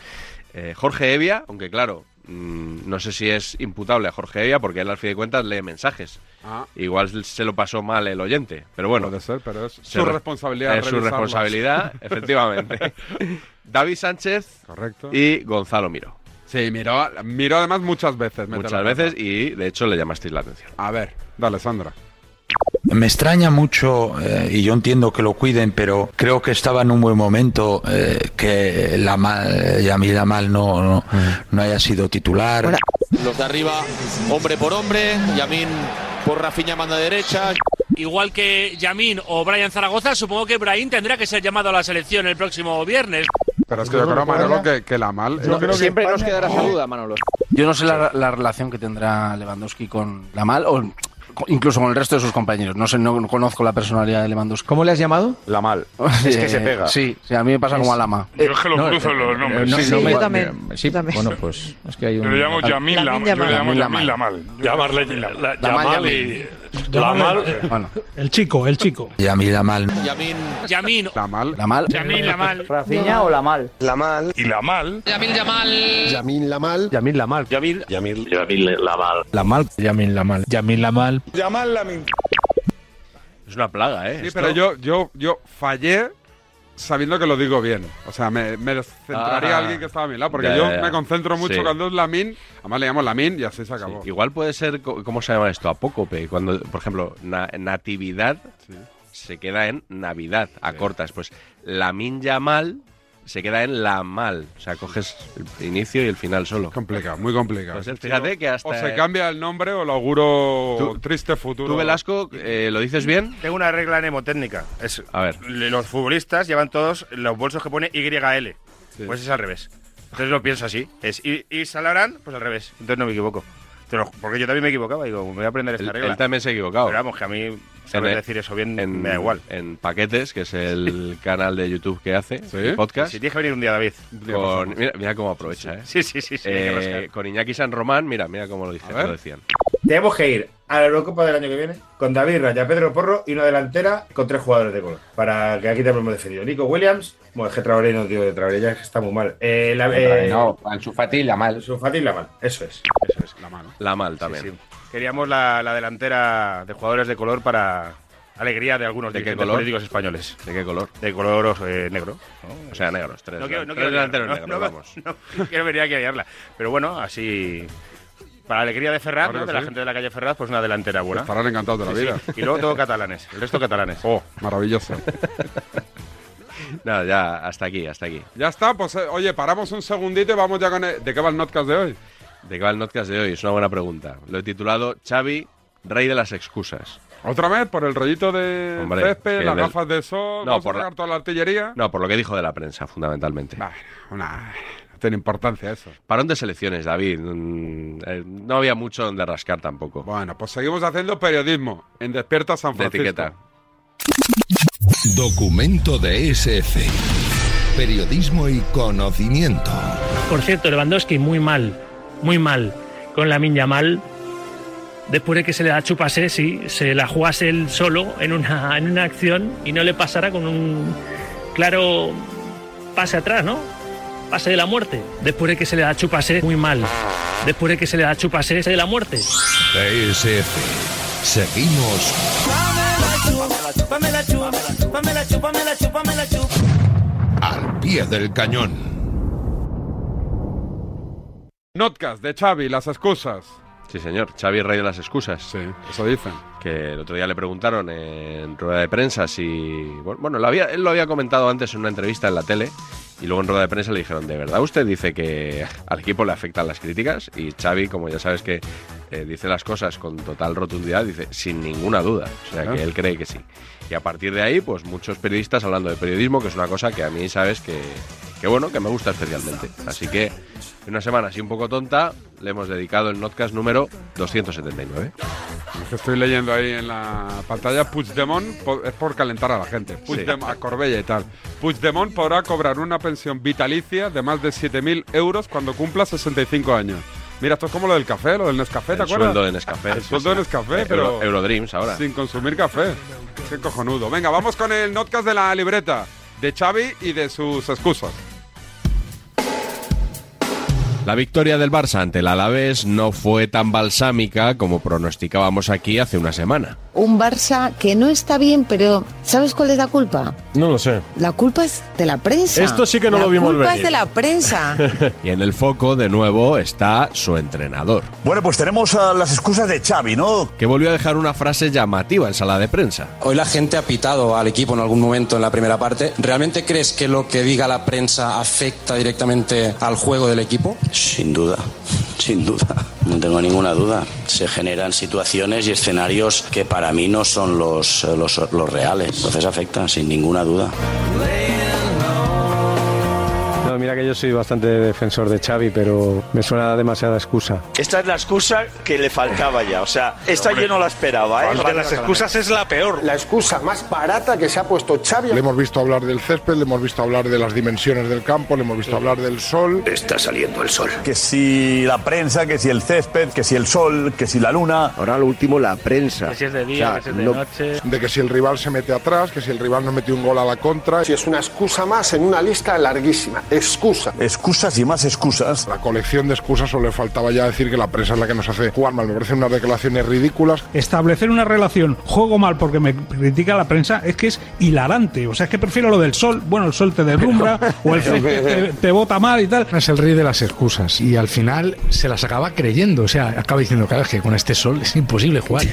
[SPEAKER 2] eh, Jorge Evia, aunque claro, mm, no sé si es imputable a Jorge Evia porque él al fin de cuentas lee mensajes.
[SPEAKER 1] Ah.
[SPEAKER 2] Igual se lo pasó mal el oyente, pero bueno.
[SPEAKER 1] puede ser, pero es
[SPEAKER 2] se
[SPEAKER 1] su
[SPEAKER 2] re-
[SPEAKER 1] responsabilidad.
[SPEAKER 2] Es su
[SPEAKER 1] revisarlas.
[SPEAKER 2] responsabilidad, efectivamente. David Sánchez
[SPEAKER 1] Correcto.
[SPEAKER 2] y Gonzalo Miro.
[SPEAKER 1] Sí, miró, miró además muchas veces. meter la
[SPEAKER 2] Muchas
[SPEAKER 1] pata.
[SPEAKER 2] veces y de hecho le llamasteis la atención.
[SPEAKER 1] A ver, dale, Sandra.
[SPEAKER 7] Me extraña mucho, eh, y yo entiendo que lo cuiden, pero creo que estaba en un buen momento eh, que la mal, Yamila Mal no, no,
[SPEAKER 12] Mm.
[SPEAKER 7] no haya sido titular.
[SPEAKER 15] Los de arriba, hombre por hombre. Yamin por Rafiña, manda derecha.
[SPEAKER 16] Igual que Yamín o Brian Zaragoza, supongo que Brahim tendrá que ser llamado a la selección el próximo viernes.
[SPEAKER 1] Pero es que yo creo, Manolo, que, que la mal. eh.
[SPEAKER 17] No, siempre nos quedará esa duda, Manolo.
[SPEAKER 15] Yo no sé la, la relación que tendrá Lewandowski con Lamal o co- incluso con el resto de sus compañeros. No sé, no conozco la personalidad de Lewandowski.
[SPEAKER 17] ¿Cómo le has llamado?
[SPEAKER 14] La mal. Es que se pega.
[SPEAKER 15] Sí, sí, a mí me pasa como a Lama.
[SPEAKER 18] Yo es que lo cruzo los nombres.
[SPEAKER 7] no,
[SPEAKER 18] Sí,
[SPEAKER 7] no
[SPEAKER 18] yo
[SPEAKER 7] me- eh,
[SPEAKER 18] también,
[SPEAKER 7] sí,
[SPEAKER 18] yo también.
[SPEAKER 7] bueno, pues es que hay
[SPEAKER 18] Yo
[SPEAKER 7] un...
[SPEAKER 18] le llamo Yamil
[SPEAKER 15] Lamin
[SPEAKER 18] Lamal. Yo le llamo
[SPEAKER 15] Yamal.
[SPEAKER 18] Yamil Lamal.
[SPEAKER 19] Llamarle la, Yamal y. Lamal.
[SPEAKER 15] Bueno,
[SPEAKER 20] El chico, el chico.
[SPEAKER 7] Yamila Mal.
[SPEAKER 15] Yamin,
[SPEAKER 16] Yamín,
[SPEAKER 1] La mal.
[SPEAKER 15] Lamal.
[SPEAKER 16] Yamín Lamal.
[SPEAKER 21] ¿Rafiña o la mal?
[SPEAKER 18] La mal. Y la mal.
[SPEAKER 5] Yamil Yamal.
[SPEAKER 20] Yamin Lamal. Yamin Lamal.
[SPEAKER 19] Yamil.
[SPEAKER 20] Yamil.
[SPEAKER 8] Lamal.
[SPEAKER 20] Lamal. Yamin Lamal. Yamin Lamal.
[SPEAKER 2] Es una plaga, ¿eh?
[SPEAKER 1] Sí,
[SPEAKER 2] Esto-
[SPEAKER 1] pero yo, yo, yo fallé sabiendo que lo digo bien. O sea, me, me centraría
[SPEAKER 2] Ah.
[SPEAKER 1] a alguien que estaba a mi lado, porque
[SPEAKER 2] Ya,
[SPEAKER 1] yo
[SPEAKER 2] ya, ya.
[SPEAKER 1] me concentro mucho
[SPEAKER 2] Sí.
[SPEAKER 1] cuando es Lamin. Además le llamo Lamin y así se acabó.
[SPEAKER 2] Igual puede ser, co- ¿cómo se llama esto? Apócope. Cuando, por ejemplo, na- natividad se queda en Navidad, a cortas. Pues Lamin Yamal se queda en la mal. O sea, coges el inicio y el final solo.
[SPEAKER 1] Complicado, muy complicado.
[SPEAKER 2] pues fíjate que hasta.
[SPEAKER 1] O se cambia el nombre o lo auguro
[SPEAKER 2] Tú-
[SPEAKER 1] triste futuro.
[SPEAKER 2] tú, Velasco, eh, ¿lo dices bien?
[SPEAKER 3] Tengo una regla mnemotécnica. Es,
[SPEAKER 2] A ver.
[SPEAKER 3] le- los futbolistas llevan todos los bolsos que pone YL. Pues es al revés. Entonces lo pienso así. Es y, y Salarán, pues al revés. Entonces no me equivoco. Te lo ju- porque yo también me equivocaba. Digo, me voy a aprender esta
[SPEAKER 2] Él,
[SPEAKER 3] regla.
[SPEAKER 2] él también se ha equivocado.
[SPEAKER 3] Pero vamos, que a mí saber decir eso bien
[SPEAKER 2] en-
[SPEAKER 3] me da igual.
[SPEAKER 2] En Paquetes, que es el canal de YouTube que hace, el podcast.
[SPEAKER 3] Si tienes que venir un día, David.
[SPEAKER 2] Con- mira, mira cómo aprovecha, ¿eh?
[SPEAKER 3] Sí, sí, sí. sí, hay que
[SPEAKER 2] Eh,
[SPEAKER 3] rascar.
[SPEAKER 2] con Iñaki San Román, mira, mira cómo lo, dije,
[SPEAKER 3] ver.
[SPEAKER 2] lo decían.
[SPEAKER 22] Tenemos que ir a la Eurocopa del año que viene con David Raya, Pedro Porro y una delantera con tres jugadores de color. Para que aquí te hemos defendido. Nico Williams, bueno, es que Traoré no, tío, de Traoré ya está muy mal. Eh, la,
[SPEAKER 23] Traoré
[SPEAKER 22] eh,
[SPEAKER 23] no, Anzufati y Lamal.
[SPEAKER 22] Anzufati y Lamal, eso es.
[SPEAKER 2] La mal también.
[SPEAKER 3] Queríamos la, la delantera de jugadores de color para alegría de algunos
[SPEAKER 2] ¿De qué
[SPEAKER 3] dirigentes
[SPEAKER 2] color?
[SPEAKER 3] políticos españoles.
[SPEAKER 2] ¿De qué color?
[SPEAKER 3] De color eh, negro.
[SPEAKER 2] O sea, negros, tres.
[SPEAKER 3] No quiero, no
[SPEAKER 2] tres
[SPEAKER 3] quiero
[SPEAKER 2] delanteros
[SPEAKER 3] liarla, no,
[SPEAKER 2] negros, vamos.
[SPEAKER 3] no, no quiero venir aquí a liarla. Pero bueno, así. Para la alegría de Ferraz,
[SPEAKER 1] Claro
[SPEAKER 3] ¿no?
[SPEAKER 1] que
[SPEAKER 3] de la
[SPEAKER 1] sí.
[SPEAKER 3] gente de la calle Ferraz, pues una delantera buena.
[SPEAKER 1] Estarán encantados de la vida.
[SPEAKER 3] Y luego todo catalanes, el resto catalanes.
[SPEAKER 1] Oh, maravilloso.
[SPEAKER 2] No, ya, hasta aquí, hasta aquí.
[SPEAKER 1] Ya está, pues eh, oye, paramos un segundito y vamos ya con... el- ¿De qué va el podcast de hoy?
[SPEAKER 2] ¿De qué va el podcast de hoy? Es una buena pregunta. Lo he titulado Xavi, rey de las excusas.
[SPEAKER 1] ¿Otra vez? ¿Por el rollito de
[SPEAKER 2] Hombre,
[SPEAKER 1] Eh, césped,
[SPEAKER 2] que
[SPEAKER 1] las
[SPEAKER 2] del-
[SPEAKER 1] gafas de sol,
[SPEAKER 2] No,
[SPEAKER 1] vamos a
[SPEAKER 2] por la-
[SPEAKER 1] sacar toda la artillería?
[SPEAKER 2] No, por lo que dijo de la prensa, fundamentalmente.
[SPEAKER 1] Una... No tiene importancia eso.
[SPEAKER 2] Parón de selecciones, David. Mm, eh, No había mucho donde rascar tampoco.
[SPEAKER 1] Bueno, pues seguimos haciendo periodismo en Despierta San
[SPEAKER 2] De
[SPEAKER 1] Francisco.
[SPEAKER 2] etiqueta.
[SPEAKER 24] Documento de SF. Periodismo y conocimiento.
[SPEAKER 12] Por cierto, Lewandowski muy mal, muy mal con la minya mal. Después de que se la chupase, sí, se la jugase él solo en una, en una acción y no le pasara con un claro pase atrás, ¿no? Pase de la muerte. Después de que se le la chupase muy mal. Después de que se le la chupase de la muerte.
[SPEAKER 24] SF. Seguimos al pie del cañón.
[SPEAKER 1] Notcast de Xavi, las excusas.
[SPEAKER 2] Sí, señor. Xavi, rey de las excusas. Sí,
[SPEAKER 1] eso dicen.
[SPEAKER 2] Que el otro día le preguntaron en rueda de prensa si... Bueno, lo había- él lo había comentado antes en una entrevista en la tele y luego en rueda de prensa le dijeron, ¿de verdad usted dice que al equipo le afectan las críticas? Y Xavi, como ya sabes que eh, dice las cosas con total rotundidad, dice, sin ninguna duda. O sea,
[SPEAKER 1] Claro.
[SPEAKER 2] que él cree que sí. Y a partir de ahí, pues muchos periodistas hablando de periodismo, que es una cosa que a mí, sabes, que, que bueno, que me gusta especialmente. Así que en una semana así un poco tonta, le hemos dedicado el notcast número 279.
[SPEAKER 1] Es que estoy leyendo ahí en la pantalla, Puigdemont po- es por calentar a la gente. Puigdemont, a Corbella y tal. Puigdemont podrá cobrar una pensión vitalicia de más de 7.000 euros cuando cumpla 65 años. Mira, esto es como lo del café, lo del Nescafé, ¿te
[SPEAKER 2] El
[SPEAKER 1] acuerdas?
[SPEAKER 2] sueldo de Nescafé,
[SPEAKER 1] El
[SPEAKER 2] sí,
[SPEAKER 1] sueldo
[SPEAKER 2] sí.
[SPEAKER 1] de Nescafé,
[SPEAKER 2] Eh,
[SPEAKER 1] pero...
[SPEAKER 2] Euro- Eurodreams ahora.
[SPEAKER 1] Sin consumir café. Qué cojonudo. Venga, vamos con el notcast de la libreta de Xavi y de sus excusas.
[SPEAKER 2] La victoria del Barça ante el Alavés no fue tan balsámica como pronosticábamos aquí hace una semana.
[SPEAKER 25] Un Barça que no está bien, pero ¿sabes cuál es la culpa?
[SPEAKER 2] No lo sé.
[SPEAKER 25] La culpa es de la prensa.
[SPEAKER 2] Esto sí que no
[SPEAKER 25] la
[SPEAKER 2] lo vimos
[SPEAKER 25] culpa
[SPEAKER 2] venir.
[SPEAKER 25] es de la prensa.
[SPEAKER 2] Y en el foco, de nuevo, está su entrenador.
[SPEAKER 26] Bueno, pues tenemos a las excusas de Xavi, ¿no?
[SPEAKER 2] Que volvió a dejar una frase llamativa en sala de prensa.
[SPEAKER 27] Hoy la gente ha pitado al equipo en algún momento en la primera parte. ¿Realmente crees que lo que diga la prensa afecta directamente al juego del equipo?
[SPEAKER 28] Sin duda, sin duda, no tengo ninguna duda. Se generan situaciones y escenarios que para mí no son los, eh, los, los reales. Entonces afecta, sin ninguna duda.
[SPEAKER 29] No, mira que yo soy bastante defensor de Xavi, pero me suena demasiada excusa.
[SPEAKER 30] Esta es la excusa que le faltaba ya. O sea, esta yo no la esperaba. ¿eh?
[SPEAKER 31] es la peor. La excusa más barata que se ha puesto Xavi.
[SPEAKER 4] Le hemos visto hablar del césped, le hemos visto hablar de las dimensiones del campo, le hemos visto hablar del sol.
[SPEAKER 26] Está saliendo el sol. Que si la prensa, que si el césped, que si el sol, que si la luna. Ahora lo último, la prensa.
[SPEAKER 4] Que si es de
[SPEAKER 26] día, O sea, que si es de no-
[SPEAKER 4] noche. De que si el rival se mete atrás, que si el rival nos metió un gol a la contra.
[SPEAKER 31] Si es una excusa más en una lista larguísima. Excusa.
[SPEAKER 4] Excusas y más excusas. La colección de excusas solo le faltaba ya decir que la prensa es la que nos hace jugar mal. Me parecen unas declaraciones ridículas.
[SPEAKER 7] Establecer una relación, juego mal porque me critica la prensa, es que es hilarante. O sea, es que prefiero lo del sol. Bueno, el sol te derrumbra o el césped te, te bota mal y tal.
[SPEAKER 32] Es el rey de las excusas y al final se las acaba creyendo. O sea, acaba diciendo, claro, es que con este sol es imposible jugar.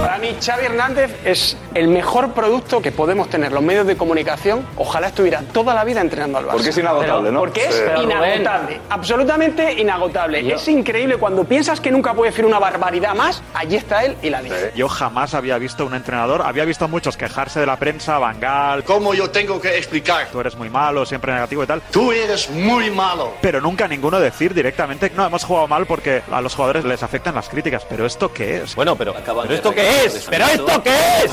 [SPEAKER 30] Para mí,
[SPEAKER 16] mí Xavi Hernández es el mejor producto que podemos tener los medios de comunicación. Ojalá estuviera toda la vida entrenando al Barça.
[SPEAKER 30] Porque es inagotable,
[SPEAKER 16] Pero-
[SPEAKER 30] ¿no?
[SPEAKER 16] Porque es
[SPEAKER 30] Sí. Pero, Rubén.
[SPEAKER 16] inagotable, absolutamente inagotable.
[SPEAKER 30] Yo-
[SPEAKER 16] Es increíble cuando piensas que nunca puede decir una barbaridad más, allí está él y la dice.
[SPEAKER 33] Yo jamás había visto un entrenador, había visto a muchos quejarse de la prensa, Bangal. ¿Cómo yo tengo que explicar? Tú eres muy malo, siempre negativo y tal. Tú eres muy malo. Pero nunca ninguno decir directamente, no, hemos jugado mal porque a los jugadores les afectan las críticas. ¿Pero esto qué es? Bueno, pero. ¿Pero esto qué es? ¿Pero esto qué es?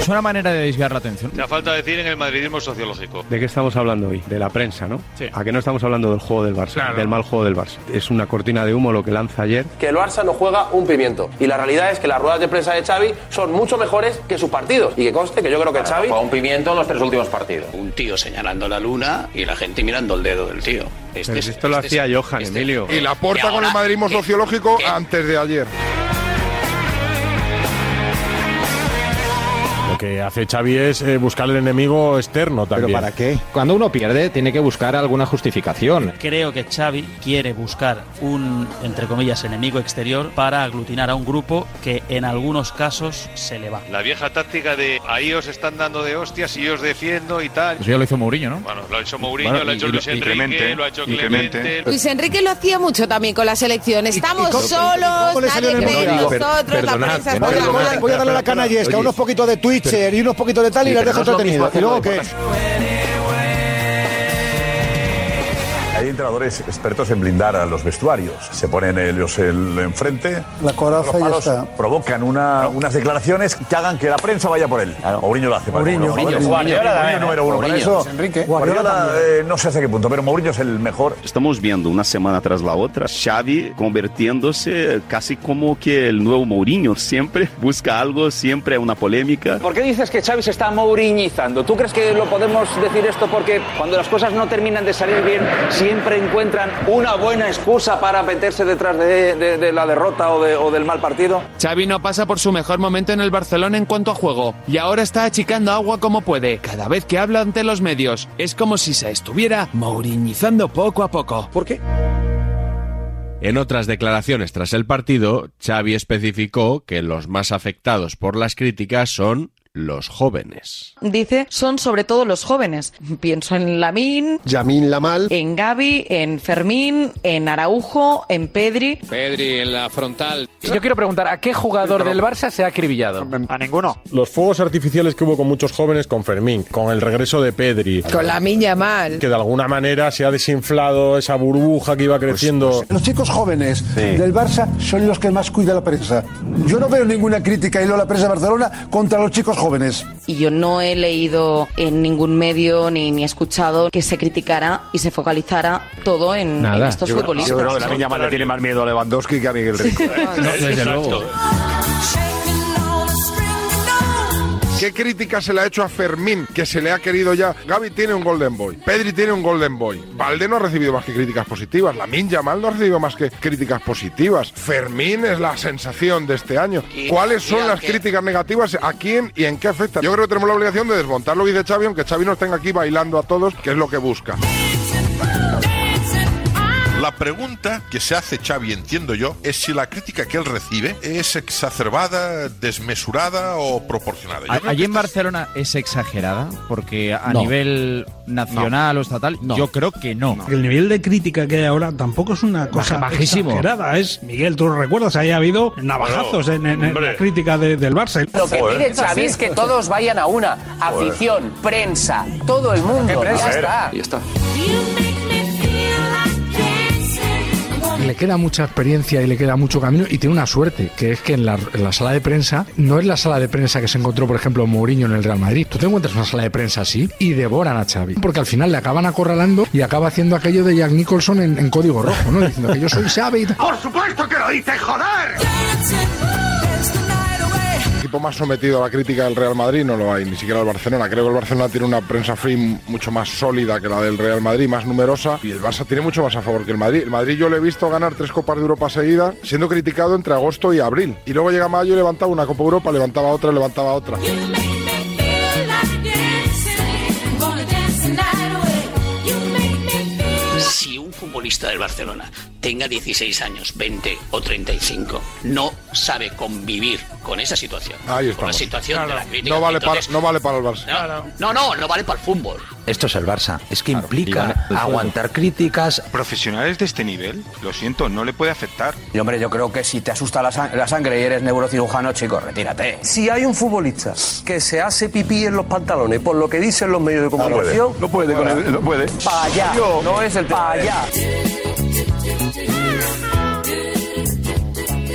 [SPEAKER 34] Es una manera de desviar la atención.
[SPEAKER 35] La falta decir en el madridismo sociológico.
[SPEAKER 36] ¿De qué estamos hablando hoy? De la prensa, ¿no?
[SPEAKER 35] Sí.
[SPEAKER 36] ¿A qué no estamos hablando del juego del Barça? Del mal juego del Barça. Es una cortina de humo lo que lanza ayer.
[SPEAKER 7] que el Barça no juega un pimiento. Y la realidad es que las ruedas de prensa de Xavi son mucho mejores que sus partidos. Y que conste que yo creo que Xavi juega un pimiento en los tres últimos partidos.
[SPEAKER 28] Un tío señalando la luna y la gente mirando el dedo del tío. Este
[SPEAKER 36] Pero
[SPEAKER 28] es-
[SPEAKER 36] esto lo
[SPEAKER 28] este es-
[SPEAKER 36] hacía Johan, Emilio.
[SPEAKER 4] Y la porta con el madridismo sociológico antes de ayer.
[SPEAKER 37] Lo que hace Xavi es eh, buscar el enemigo externo también.
[SPEAKER 34] ¿Pero para qué? Cuando uno pierde, tiene que buscar alguna justificación.
[SPEAKER 12] Creo que Xavi quiere buscar un, entre comillas, enemigo exterior para aglutinar a un grupo que en algunos casos se le va.
[SPEAKER 35] La vieja táctica de ahí os están dando de hostias y yo os defiendo y tal.
[SPEAKER 34] Eso ya lo hizo Mourinho, ¿no?
[SPEAKER 35] Bueno, lo ha hecho Mourinho,
[SPEAKER 34] Bueno,
[SPEAKER 35] lo ha
[SPEAKER 34] y-
[SPEAKER 35] hecho
[SPEAKER 34] y lo-
[SPEAKER 35] Luis
[SPEAKER 34] y
[SPEAKER 35] Enrique,
[SPEAKER 34] Clemente,
[SPEAKER 35] lo ha hecho
[SPEAKER 34] y Clemente.
[SPEAKER 35] Clemente.
[SPEAKER 25] Luis Enrique lo hacía mucho también con la selección. Estamos solos, nadie cree en nosotros, la prensa
[SPEAKER 6] voy, a,
[SPEAKER 25] está
[SPEAKER 6] voy a- voy a darle a la canallesca,
[SPEAKER 34] Oye.
[SPEAKER 6] unos poquitos de Twitcher y unos poquitos de tal y
[SPEAKER 34] Sí,
[SPEAKER 6] las
[SPEAKER 34] pero
[SPEAKER 6] dejo
[SPEAKER 34] no es lo mismo
[SPEAKER 6] entretenido. ¿Y luego
[SPEAKER 34] hacerlo
[SPEAKER 6] qué?
[SPEAKER 34] de
[SPEAKER 38] Hay entrenadores expertos en blindar a los vestuarios. Se ponen ellos el, enfrente.
[SPEAKER 6] La coraza
[SPEAKER 38] los
[SPEAKER 6] y ya
[SPEAKER 38] palos
[SPEAKER 6] está.
[SPEAKER 38] Provocan una- unas declaraciones que hagan que la prensa vaya por él. Mourinho lo hace. para
[SPEAKER 6] Mourinho.
[SPEAKER 38] algunos jugadores.
[SPEAKER 6] Mourinho.
[SPEAKER 38] Mourinho
[SPEAKER 6] Guardiola
[SPEAKER 38] número uno. Para
[SPEAKER 6] Mourinho.
[SPEAKER 38] eso,
[SPEAKER 6] Luis Enrique.
[SPEAKER 38] Guardiola,
[SPEAKER 6] Guardiola
[SPEAKER 38] eh, no sé hasta qué punto, pero Mourinho es el mejor.
[SPEAKER 39] Estamos viendo una semana tras la otra Xavi convirtiéndose casi como que el nuevo Mourinho siempre busca algo, siempre una polémica.
[SPEAKER 7] ¿Por qué dices que Xavi se está mouriñizando? ¿Tú crees que lo podemos decir esto porque cuando las cosas no terminan de salir bien, siempre encuentran una buena excusa para meterse detrás de, de- de la derrota o, de- o del mal partido?
[SPEAKER 40] Xavi no pasa por su mejor momento en el Barcelona en cuanto a juego y ahora está achicando agua como puede. Cada vez que habla ante los medios es como si se estuviera mouriñizando poco a poco. ¿Por qué?
[SPEAKER 2] En otras declaraciones tras el partido, Xavi especificó que los más afectados por las críticas son los jóvenes.
[SPEAKER 16] Dice, son sobre todo los jóvenes. Pienso en Lamín,
[SPEAKER 2] Yamin Lamal.
[SPEAKER 16] en Gaby, en Fermín, en Araujo, en Pedri.
[SPEAKER 34] Pedri en la frontal.
[SPEAKER 7] Yo quiero preguntar, ¿a qué jugador del Barça se ha acribillado?
[SPEAKER 34] A ninguno.
[SPEAKER 37] Los fuegos artificiales que hubo con muchos jóvenes, con Fermín, con el regreso de Pedri.
[SPEAKER 25] Con la miña mal.
[SPEAKER 37] Que de alguna manera se ha desinflado esa burbuja que iba creciendo.
[SPEAKER 6] Los chicos jóvenes del Barça son los que más cuida la prensa. Yo no veo ninguna crítica y lo la prensa de Barcelona contra los chicos jóvenes.
[SPEAKER 16] Y yo no he leído en ningún medio ni, ni he escuchado que se criticara y se focalizara todo en, en estos
[SPEAKER 33] yo, creo- yo
[SPEAKER 16] futbolistas.
[SPEAKER 33] creo que la niña más le tiene más miedo a Lewandowski que a Miguel Rico.
[SPEAKER 16] desde
[SPEAKER 33] luego.
[SPEAKER 4] ¿Qué crítica se le ha hecho a Fermín? Que se le ha querido ya. Gaby tiene un Golden Boy. Pedri tiene un Golden Boy. Valde no ha recibido más que críticas positivas. Lamin Yamal no ha recibido más que críticas positivas. Fermín es la sensación de este año.
[SPEAKER 1] Y-
[SPEAKER 4] ¿Cuáles son
[SPEAKER 1] mira
[SPEAKER 4] las
[SPEAKER 1] que-
[SPEAKER 4] críticas negativas? ¿A quién y en qué afectan? Yo creo que tenemos la obligación de desmontar lo que dice Xavi, aunque Xavi nos tenga aquí bailando a todos, que es lo que busca.
[SPEAKER 3] La pregunta que se hace Xavi, entiendo yo, es si la crítica que él recibe es exacerbada, desmesurada o proporcionada. Yo
[SPEAKER 34] A-
[SPEAKER 3] creo
[SPEAKER 34] Allí
[SPEAKER 3] que
[SPEAKER 34] en Barcelona es exagerada, porque a
[SPEAKER 3] No.
[SPEAKER 34] nivel nacional o estatal, yo creo que no.
[SPEAKER 41] El nivel de crítica que hay ahora tampoco es una cosa
[SPEAKER 34] bajísimo.
[SPEAKER 41] exagerada. Es, Miguel, tú lo recuerdas, ahí ha habido navajazos en, en- en la crítica de- del Barça.
[SPEAKER 16] Lo que pide Xavi es que todos vayan a una.
[SPEAKER 41] Joder.
[SPEAKER 16] Afición, prensa, todo el mundo. Ya está.
[SPEAKER 39] Ya está.
[SPEAKER 42] Le queda mucha experiencia y le queda mucho camino y tiene una suerte, que es que en la, en la sala de prensa, no es la sala de prensa que se encontró, por ejemplo, Mourinho en el Real Madrid. Tú te encuentras una sala de prensa así y devoran a Xavi, porque al final le acaban acorralando y acaba haciendo aquello de Jack Nicholson en, en código rojo, ¿no? Diciendo que yo soy Xavi. y tal.
[SPEAKER 4] Por supuesto que lo dices, joder. El equipo más sometido a la crítica del Real Madrid no lo hay, ni siquiera el Barcelona. Creo que el Barcelona tiene una prensa free mucho más sólida que la del Real Madrid, más numerosa, y el Barça tiene mucho más a favor que el Madrid. El Madrid yo le he visto ganar tres Copas de Europa seguidas, siendo criticado entre agosto y abril. Y luego llega mayo y levantaba una Copa Europa, levantaba otra, levantaba otra.
[SPEAKER 35] Si un futbolista del Barcelona
[SPEAKER 28] tenga 16 años, 20 o 35, no sabe convivir con esa situación.
[SPEAKER 43] Ahí
[SPEAKER 28] con la
[SPEAKER 43] estamos.
[SPEAKER 28] situación de la crítica.
[SPEAKER 43] No vale para-
[SPEAKER 28] Entonces,
[SPEAKER 43] no vale para el Barça.
[SPEAKER 28] no, no, no vale para el fútbol.
[SPEAKER 3] Esto es el Barça. Es que
[SPEAKER 43] y
[SPEAKER 3] implica
[SPEAKER 43] van a-
[SPEAKER 3] aguantar críticas.
[SPEAKER 44] Profesionales de este nivel, lo siento, no le puede afectar.
[SPEAKER 3] Y hombre, yo creo que si te asusta la, sang- la sangre y eres neurocirujano, chico, retírate.
[SPEAKER 35] Si hay un futbolista que se hace pipí en los pantalones por lo que dicen los medios de comunicación,
[SPEAKER 45] No puede, con el- no puede.
[SPEAKER 35] para allá,
[SPEAKER 45] Yo-
[SPEAKER 35] no es el ¿eh? para allá.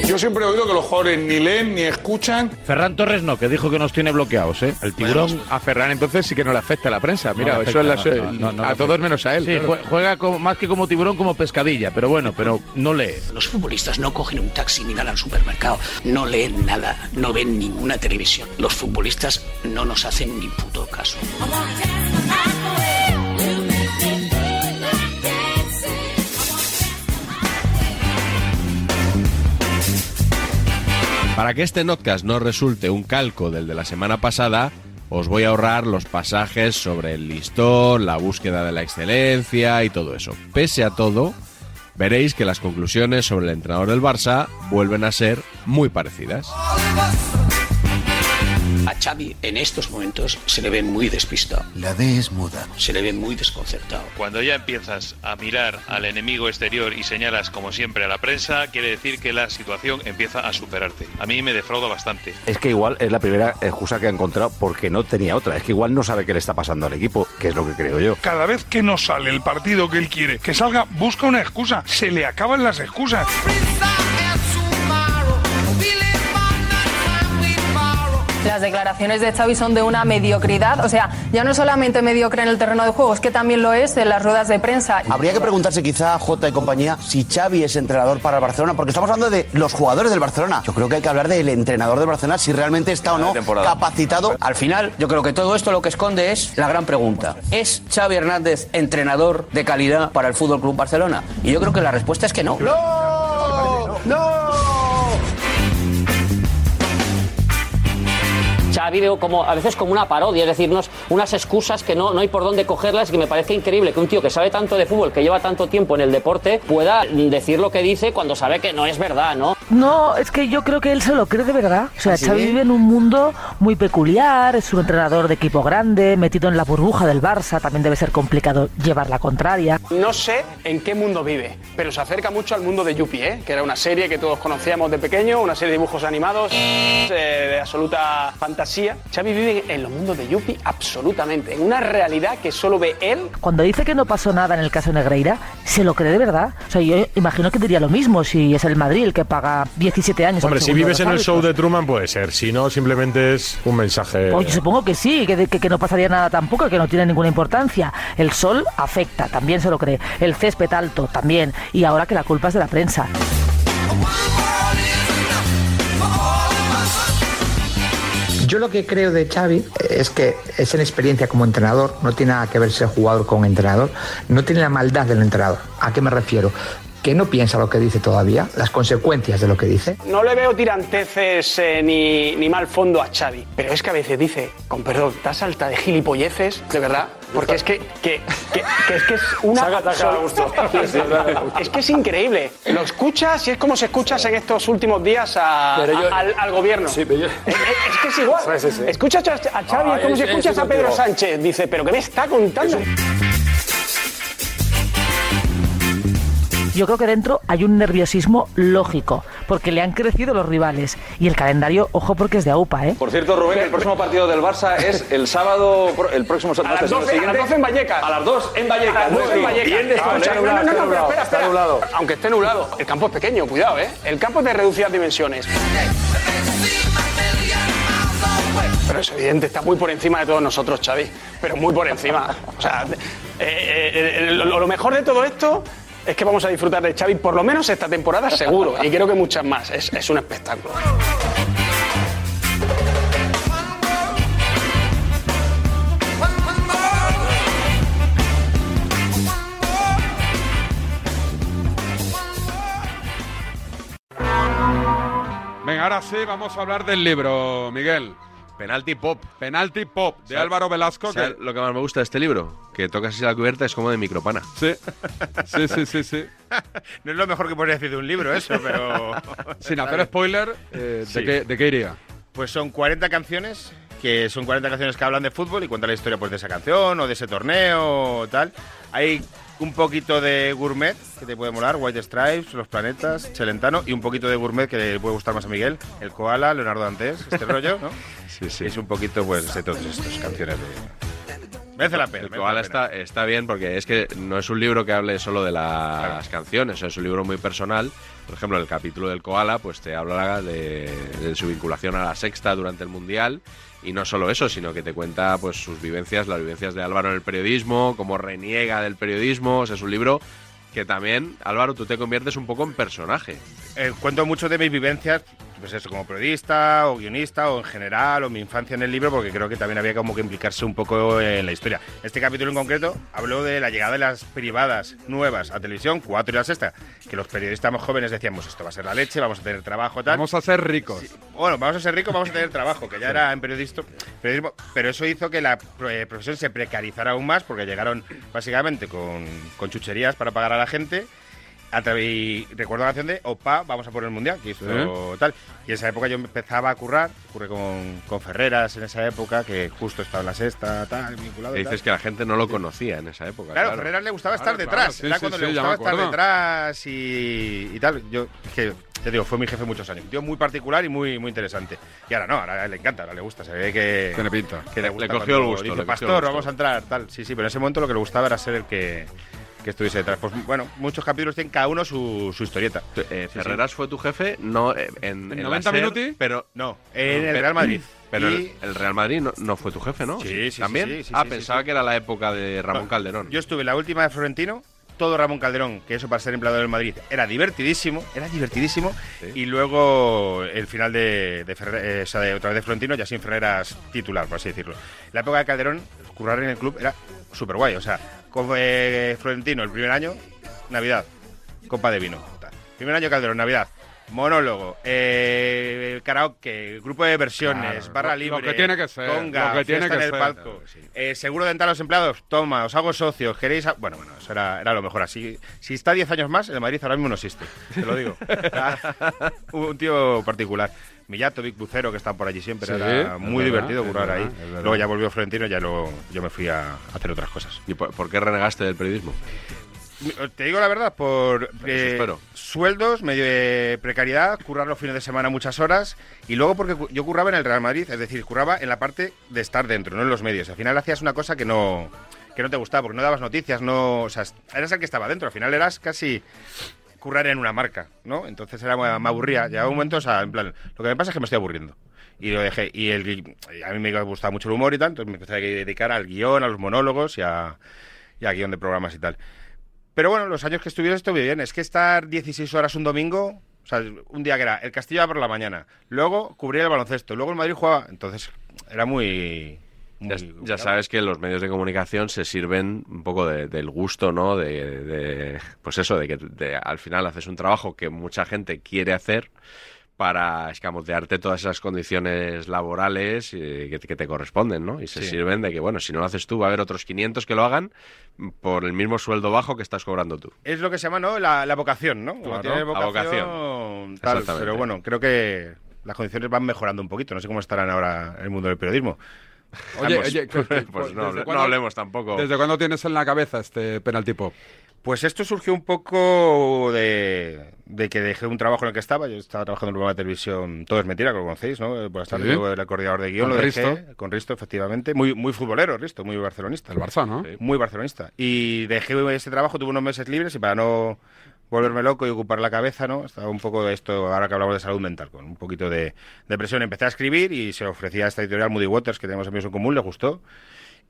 [SPEAKER 4] Yo siempre he oído que los jóvenes ni leen ni escuchan.
[SPEAKER 6] Ferran Torres no, que dijo que nos tiene bloqueados, ¿eh? El tiburón.
[SPEAKER 35] A Ferran entonces sí que no le afecta a la prensa. Mira,
[SPEAKER 6] No le
[SPEAKER 35] eso es la
[SPEAKER 6] afecta,
[SPEAKER 35] su-
[SPEAKER 6] no, no, no le
[SPEAKER 35] a
[SPEAKER 6] afecta.
[SPEAKER 35] todos menos a él.
[SPEAKER 6] Sí,
[SPEAKER 35] claro.
[SPEAKER 6] jue- juega como- más que como tiburón, como pescadilla, pero bueno, pero no lee.
[SPEAKER 28] Los futbolistas no cogen un taxi ni van al supermercado, no leen nada, no ven ninguna televisión. Los futbolistas no nos hacen ni puto caso.
[SPEAKER 2] Para que este podcast no resulte un calco del de la semana pasada, os voy a ahorrar los pasajes sobre el listón, la búsqueda de la excelencia y todo eso. Pese a todo, veréis que las conclusiones sobre el entrenador del Barça vuelven a ser muy parecidas.
[SPEAKER 3] Mm.
[SPEAKER 28] A Xavi en estos momentos se le ve muy despistado,
[SPEAKER 3] La D es muda.
[SPEAKER 28] se le ve muy desconcertado.
[SPEAKER 46] Cuando ya empiezas a mirar al enemigo exterior y señalas como siempre a la prensa, quiere decir que la situación empieza a superarte. A mí me defrauda bastante.
[SPEAKER 3] Es que igual es la primera excusa que ha encontrado porque no tenía otra. Es que igual no sabe qué le está pasando al equipo, que es lo que creo yo.
[SPEAKER 4] Cada vez que no sale el partido que él quiere que salga, busca una excusa. Se le acaban las excusas.
[SPEAKER 18] Las declaraciones de Xavi son de una mediocridad, o sea, ya no solamente mediocre en el terreno de juego, es que también lo es en las ruedas de prensa.
[SPEAKER 3] Habría que preguntarse quizá a Jota y compañía si Xavi es entrenador para el Barcelona, porque estamos hablando de los jugadores del Barcelona. Yo creo que hay que hablar del entrenador del Barcelona, si realmente está o no capacitado.
[SPEAKER 35] Al final, yo creo que todo esto lo que esconde es la gran pregunta. ¿Es Xavi Hernández entrenador de calidad para el Fútbol Club Barcelona? Y yo creo que la respuesta es que no.
[SPEAKER 21] Xavi veo como a veces como una parodia, es decir, unos- unas excusas que no, no hay por dónde cogerlas y que me parece increíble que un tío que sabe tanto de fútbol, que lleva tanto tiempo en el deporte, pueda mm, decir lo que dice cuando sabe que no es verdad, ¿no?
[SPEAKER 47] No, es que yo creo que él se lo cree de verdad. O sea,
[SPEAKER 21] ¿Ah, sí?
[SPEAKER 47] Xavi vive en un mundo muy peculiar, es un entrenador de equipo grande, metido en la burbuja del Barça, también debe ser complicado llevar la contraria.
[SPEAKER 30] No sé en qué mundo vive, pero se acerca mucho al mundo de Yuppie, ¿eh? que era una serie que todos conocíamos de pequeño, una serie de dibujos animados eh, de absoluta fantasía. Xavi vive en los mundos de Yuppie absolutamente, en una realidad que solo ve él.
[SPEAKER 47] Cuando dice que no pasó nada en el caso Negreira, se lo cree de verdad. O sea, yo imagino que diría lo mismo si es el Madrid el que paga 17 años. al
[SPEAKER 48] Hombre, si
[SPEAKER 47] segundo de
[SPEAKER 48] vives
[SPEAKER 47] los
[SPEAKER 48] en el
[SPEAKER 47] árbitros.
[SPEAKER 48] show de Truman puede ser, si no simplemente es un mensaje.
[SPEAKER 47] Pues yo supongo que sí, que, de- que- que no pasaría nada tampoco, que no tiene ninguna importancia. El sol afecta, también se lo cree. El césped alto, también. Y ahora que la culpa es de la prensa.
[SPEAKER 7] Yo lo que creo de Xavi es que es en experiencia como entrenador, no tiene nada que ver ser jugador con entrenador, no tiene la maldad del entrenador. ¿A qué me refiero? Que no piensa lo que dice todavía, las consecuencias de lo que dice.
[SPEAKER 30] No le veo tiranteces eh, ni, ni mal fondo a Xavi, pero es que a veces dice, con perdón, estás alta de gilipolleces, de verdad, porque es que, que, que- que es que es una...
[SPEAKER 49] Saca, saca,
[SPEAKER 30] absol-
[SPEAKER 49] Augusto. Sí, saca, Augusto.
[SPEAKER 30] es que es increíble. Lo escuchas y es como se escuchas en estos últimos días a-
[SPEAKER 49] Pero yo-
[SPEAKER 30] a- al, al gobierno.
[SPEAKER 49] Sí, pero yo-
[SPEAKER 30] Es, es- es que es igual.
[SPEAKER 49] Sí, sí, sí.
[SPEAKER 30] Escuchas a, a Xavi
[SPEAKER 49] Ah,
[SPEAKER 30] es como si
[SPEAKER 49] es-
[SPEAKER 30] escuchas
[SPEAKER 49] es
[SPEAKER 30] a Pedro
[SPEAKER 49] contigo.
[SPEAKER 30] Sánchez. Dice, pero ¿qué me está contando?
[SPEAKER 47] Yo creo que dentro hay un nerviosismo lógico, porque le han crecido los rivales. Y el calendario, ojo, porque es de AUPA, ¿eh?
[SPEAKER 50] Por cierto, Rubén, el próximo partido del Barça es el sábado, pro- el próximo sábado.
[SPEAKER 30] A las 12, a las 12 en Vallecas.
[SPEAKER 50] A las 2 en Vallecas.
[SPEAKER 30] A
[SPEAKER 3] Ah,
[SPEAKER 30] las 12 en
[SPEAKER 50] Muy bien.
[SPEAKER 30] Vallecas.
[SPEAKER 50] Bien despacho.
[SPEAKER 30] Escucha, no, no, no, no, pero espera, espera.
[SPEAKER 50] nublado.
[SPEAKER 30] Aunque esté nublado, el campo es pequeño, cuidado, ¿eh? El campo es de reducidas dimensiones. Pero es evidente, está muy por encima de todos nosotros, Xavi. Pero muy por encima. O sea, eh, eh, eh, lo, lo mejor de todo esto es que vamos a disfrutar de Xavi, por lo menos esta temporada, seguro. Y creo que muchas más. Es, es un espectáculo.
[SPEAKER 4] Venga, ahora sí, vamos a hablar del libro, Miguel.
[SPEAKER 2] Penalti pop.
[SPEAKER 16] Penalti pop de
[SPEAKER 2] O sea,
[SPEAKER 16] Álvaro Velasco.
[SPEAKER 2] ¿sabes
[SPEAKER 16] que-
[SPEAKER 2] Lo que más me gusta de este libro, que tocas así la cubierta, es como de micropana.
[SPEAKER 16] Sí, sí, sí, sí. sí.
[SPEAKER 3] No es lo mejor que podría decir de un libro eso, pero...
[SPEAKER 16] Sin hacer spoiler, eh, ¿de, qué, de qué iría?
[SPEAKER 3] Pues son 40 canciones, que son 40 canciones que hablan de fútbol y cuentan la historia pues, de esa canción o de ese torneo o tal. Hay un poquito de gourmet que te puede molar, White Stripes, Los Planetas, Chelentano, y un poquito de gourmet que le puede gustar más a Miguel, El Koala, Leonardo Dantes, este rollo, ¿no?
[SPEAKER 2] Sí, sí.
[SPEAKER 3] Es un poquito, pues, de todas estas canciones de... Merece la pena.
[SPEAKER 2] El Koala está, está bien porque es que no es un libro que hable solo de las canciones, es un libro muy personal. Por ejemplo, el capítulo del Koala pues te habla de, de su vinculación a la sexta durante el Mundial. Y no solo eso, sino que te cuenta pues sus vivencias, las vivencias de Álvaro en el periodismo, cómo reniega del periodismo. O sea, es un libro que también, Álvaro, tú te conviertes un poco en personaje.
[SPEAKER 3] Eh, cuento mucho de mis vivencias, pues eso, como periodista o guionista o en general, o mi infancia en el libro, porque creo que también había como que implicarse un poco en la historia. Este capítulo en concreto habló de la llegada de las privadas nuevas a televisión, cuatro y la sexta, que los periodistas más jóvenes decíamos, esto va a ser la leche, vamos a tener trabajo, tal.
[SPEAKER 16] Vamos a ser ricos.
[SPEAKER 3] Bueno, vamos a ser ricos, vamos a tener trabajo, que ya era en periodista, periodismo, pero eso hizo que la pro- eh, profesión se precarizara aún más, porque llegaron básicamente con, con chucherías para pagar a la gente. A tra- y recuerdo la canción de Opa, vamos a por el mundial, que hizo
[SPEAKER 16] Sí.
[SPEAKER 3] tal. Y en esa época yo empezaba a currar, curré con, con Ferreras en esa época, que justo estaba en la sexta, tal, vinculado.
[SPEAKER 2] Y
[SPEAKER 3] y tal.
[SPEAKER 2] dices que la gente no lo conocía en esa época.
[SPEAKER 3] Claro,
[SPEAKER 2] Claro,
[SPEAKER 3] Ferreras le gustaba
[SPEAKER 16] Claro,
[SPEAKER 3] estar
[SPEAKER 16] claro,
[SPEAKER 3] detrás.
[SPEAKER 16] sí,
[SPEAKER 3] era
[SPEAKER 16] sí,
[SPEAKER 3] cuando
[SPEAKER 16] sí,
[SPEAKER 3] le
[SPEAKER 16] ya
[SPEAKER 3] gustaba
[SPEAKER 16] me
[SPEAKER 3] estar
[SPEAKER 16] acuerdo.
[SPEAKER 3] detrás y, y tal. Yo, es que, te digo, fue mi jefe muchos años. Un tío muy particular y muy, muy interesante. Y ahora no, ahora le encanta, ahora le gusta. Se ve que.
[SPEAKER 16] Tiene pinta.
[SPEAKER 3] Que le,
[SPEAKER 16] Le
[SPEAKER 3] gusta
[SPEAKER 16] cogió el
[SPEAKER 3] cuando
[SPEAKER 16] gusto,
[SPEAKER 3] dice,
[SPEAKER 16] le cogió el
[SPEAKER 3] Pastor,
[SPEAKER 16] gusto".
[SPEAKER 3] vamos a entrar, tal. Sí, sí, pero en ese momento lo que le gustaba era ser el que, que estuviese detrás. Pues bueno, muchos capítulos tienen cada uno su, su historieta.
[SPEAKER 16] Eh,
[SPEAKER 3] Sí, sí.
[SPEAKER 2] Ferreras fue tu jefe, no eh, en,
[SPEAKER 3] ¿En
[SPEAKER 2] la
[SPEAKER 3] 90
[SPEAKER 2] SER,
[SPEAKER 3] minuti?
[SPEAKER 2] pero
[SPEAKER 3] No, en el
[SPEAKER 2] pero-
[SPEAKER 3] Real Madrid.
[SPEAKER 2] Pero
[SPEAKER 3] Y-
[SPEAKER 2] el, el Real Madrid no, no fue tu jefe, ¿no?
[SPEAKER 3] Sí, sí, sí,
[SPEAKER 2] también.
[SPEAKER 3] sí, sí,
[SPEAKER 2] ah,
[SPEAKER 3] sí,
[SPEAKER 2] pensaba que era la época de Ramón Calderón.
[SPEAKER 3] Yo estuve en la última de Florentino, todo Ramón Calderón, que eso para ser empleado del Madrid era divertidísimo, era divertidísimo. Y luego el final de, de Ferre- eh, o sea, de otra vez de Florentino, ya sin Ferreras titular, por así decirlo. La época de Calderón, currar en el club era súper guay. O sea, con eh, Florentino el primer año, Navidad, copa de vino. tal. Primer año Calderón, Navidad. Monólogo, eh, karaoke, grupo de versiones,
[SPEAKER 16] Claro,
[SPEAKER 3] barra
[SPEAKER 16] lo-
[SPEAKER 3] libre,
[SPEAKER 16] lo que tiene que ser,
[SPEAKER 3] conga,
[SPEAKER 16] lo que tiene
[SPEAKER 3] fiesta
[SPEAKER 16] que
[SPEAKER 3] en el
[SPEAKER 16] ser.
[SPEAKER 3] palco, eh, seguro dental a los empleados, toma, os hago socios, queréis... a- Bueno, bueno, eso era, era lo mejor. Así, si está 10 años más, el Madrid ahora mismo no existe, te lo digo. Era un tío particular. Millato, Vic Bucero, que están por allí siempre,
[SPEAKER 16] Sí,
[SPEAKER 3] era
[SPEAKER 16] es
[SPEAKER 3] muy
[SPEAKER 16] verdad,
[SPEAKER 3] divertido
[SPEAKER 16] es
[SPEAKER 3] currar
[SPEAKER 16] verdad,
[SPEAKER 3] ahí.
[SPEAKER 16] es verdad.
[SPEAKER 3] Luego ya pues, volvió Florentino y ya lo, yo me fui a hacer otras cosas.
[SPEAKER 2] ¿Y por, por qué renegaste del periodismo?
[SPEAKER 3] Te digo la verdad, por eh,
[SPEAKER 2] espero.
[SPEAKER 3] sueldos, medio de precariedad, currar los fines de semana muchas horas y luego porque cu- yo curraba en el Real Madrid, es decir, curraba en la parte de estar dentro, no en los medios. Al final hacías una cosa que no que no te gustaba porque no dabas noticias, no, o sea, eras el que estaba dentro, al final eras casi currar en una marca, ¿no? Entonces era me aburría, llegaba un momento, o sea, en plan, lo que me pasa es que me estoy aburriendo. Y lo dejé. Y, el, y a mí me gustaba mucho el humor y tal, entonces me empecé a dedicar al guión, a los monólogos y a, y a guión de programas y tal. Pero bueno, los años que estuvieron estuve bien. Es que estar 16 horas un domingo, o sea, un día que era el Castillo por la mañana, luego cubría el baloncesto, luego el Madrid jugaba. Entonces era muy. muy
[SPEAKER 2] Ya sabes que los medios de comunicación se sirven un poco de- del gusto, ¿no? De, de- pues eso, de que de- al final haces un trabajo que mucha gente quiere hacer para escamotearte todas esas condiciones laborales eh, que, te- que te corresponden, ¿no? Y se
[SPEAKER 3] Sí.
[SPEAKER 2] sirven de que, bueno, si no lo haces tú, va a haber otros 500 que lo hagan por el mismo sueldo bajo que estás cobrando tú.
[SPEAKER 3] Es lo que se llama, ¿no? La, la vocación, ¿no? Cuando
[SPEAKER 2] Claro,
[SPEAKER 3] tienes
[SPEAKER 2] la vocación.
[SPEAKER 3] tal.
[SPEAKER 2] Exactamente.
[SPEAKER 3] Pero bueno, creo que las condiciones van mejorando un poquito. No sé cómo estarán ahora en el mundo del periodismo.
[SPEAKER 16] Oye,
[SPEAKER 3] Ambos.
[SPEAKER 16] oye, que- que-
[SPEAKER 2] Pues no,
[SPEAKER 16] ¿desde
[SPEAKER 2] hable-
[SPEAKER 16] cuándo-
[SPEAKER 2] no hablemos tampoco.
[SPEAKER 16] ¿Desde cuándo tienes en la cabeza este penalti pop?
[SPEAKER 3] Pues esto surgió un poco de, de que dejé un trabajo en el que estaba. Yo estaba trabajando en un programa de televisión, todo es mentira, que lo conocéis, ¿no? Eh, Por estar
[SPEAKER 16] Sí.
[SPEAKER 3] el coordinador de guión,
[SPEAKER 16] Con
[SPEAKER 3] lo dejé
[SPEAKER 16] Risto.
[SPEAKER 3] con Risto, efectivamente. Muy, muy futbolero, Risto, muy barcelonista. El
[SPEAKER 16] Barça, ¿no?
[SPEAKER 3] Muy barcelonista. Y dejé ese trabajo, tuve unos meses libres y para no volverme loco y ocupar la cabeza, ¿no? Estaba un poco de esto, ahora que hablamos de salud mental, con un poquito de depresión. Empecé a escribir y se ofrecía a esta editorial Moody Waters, que tenemos amigos en común, le gustó.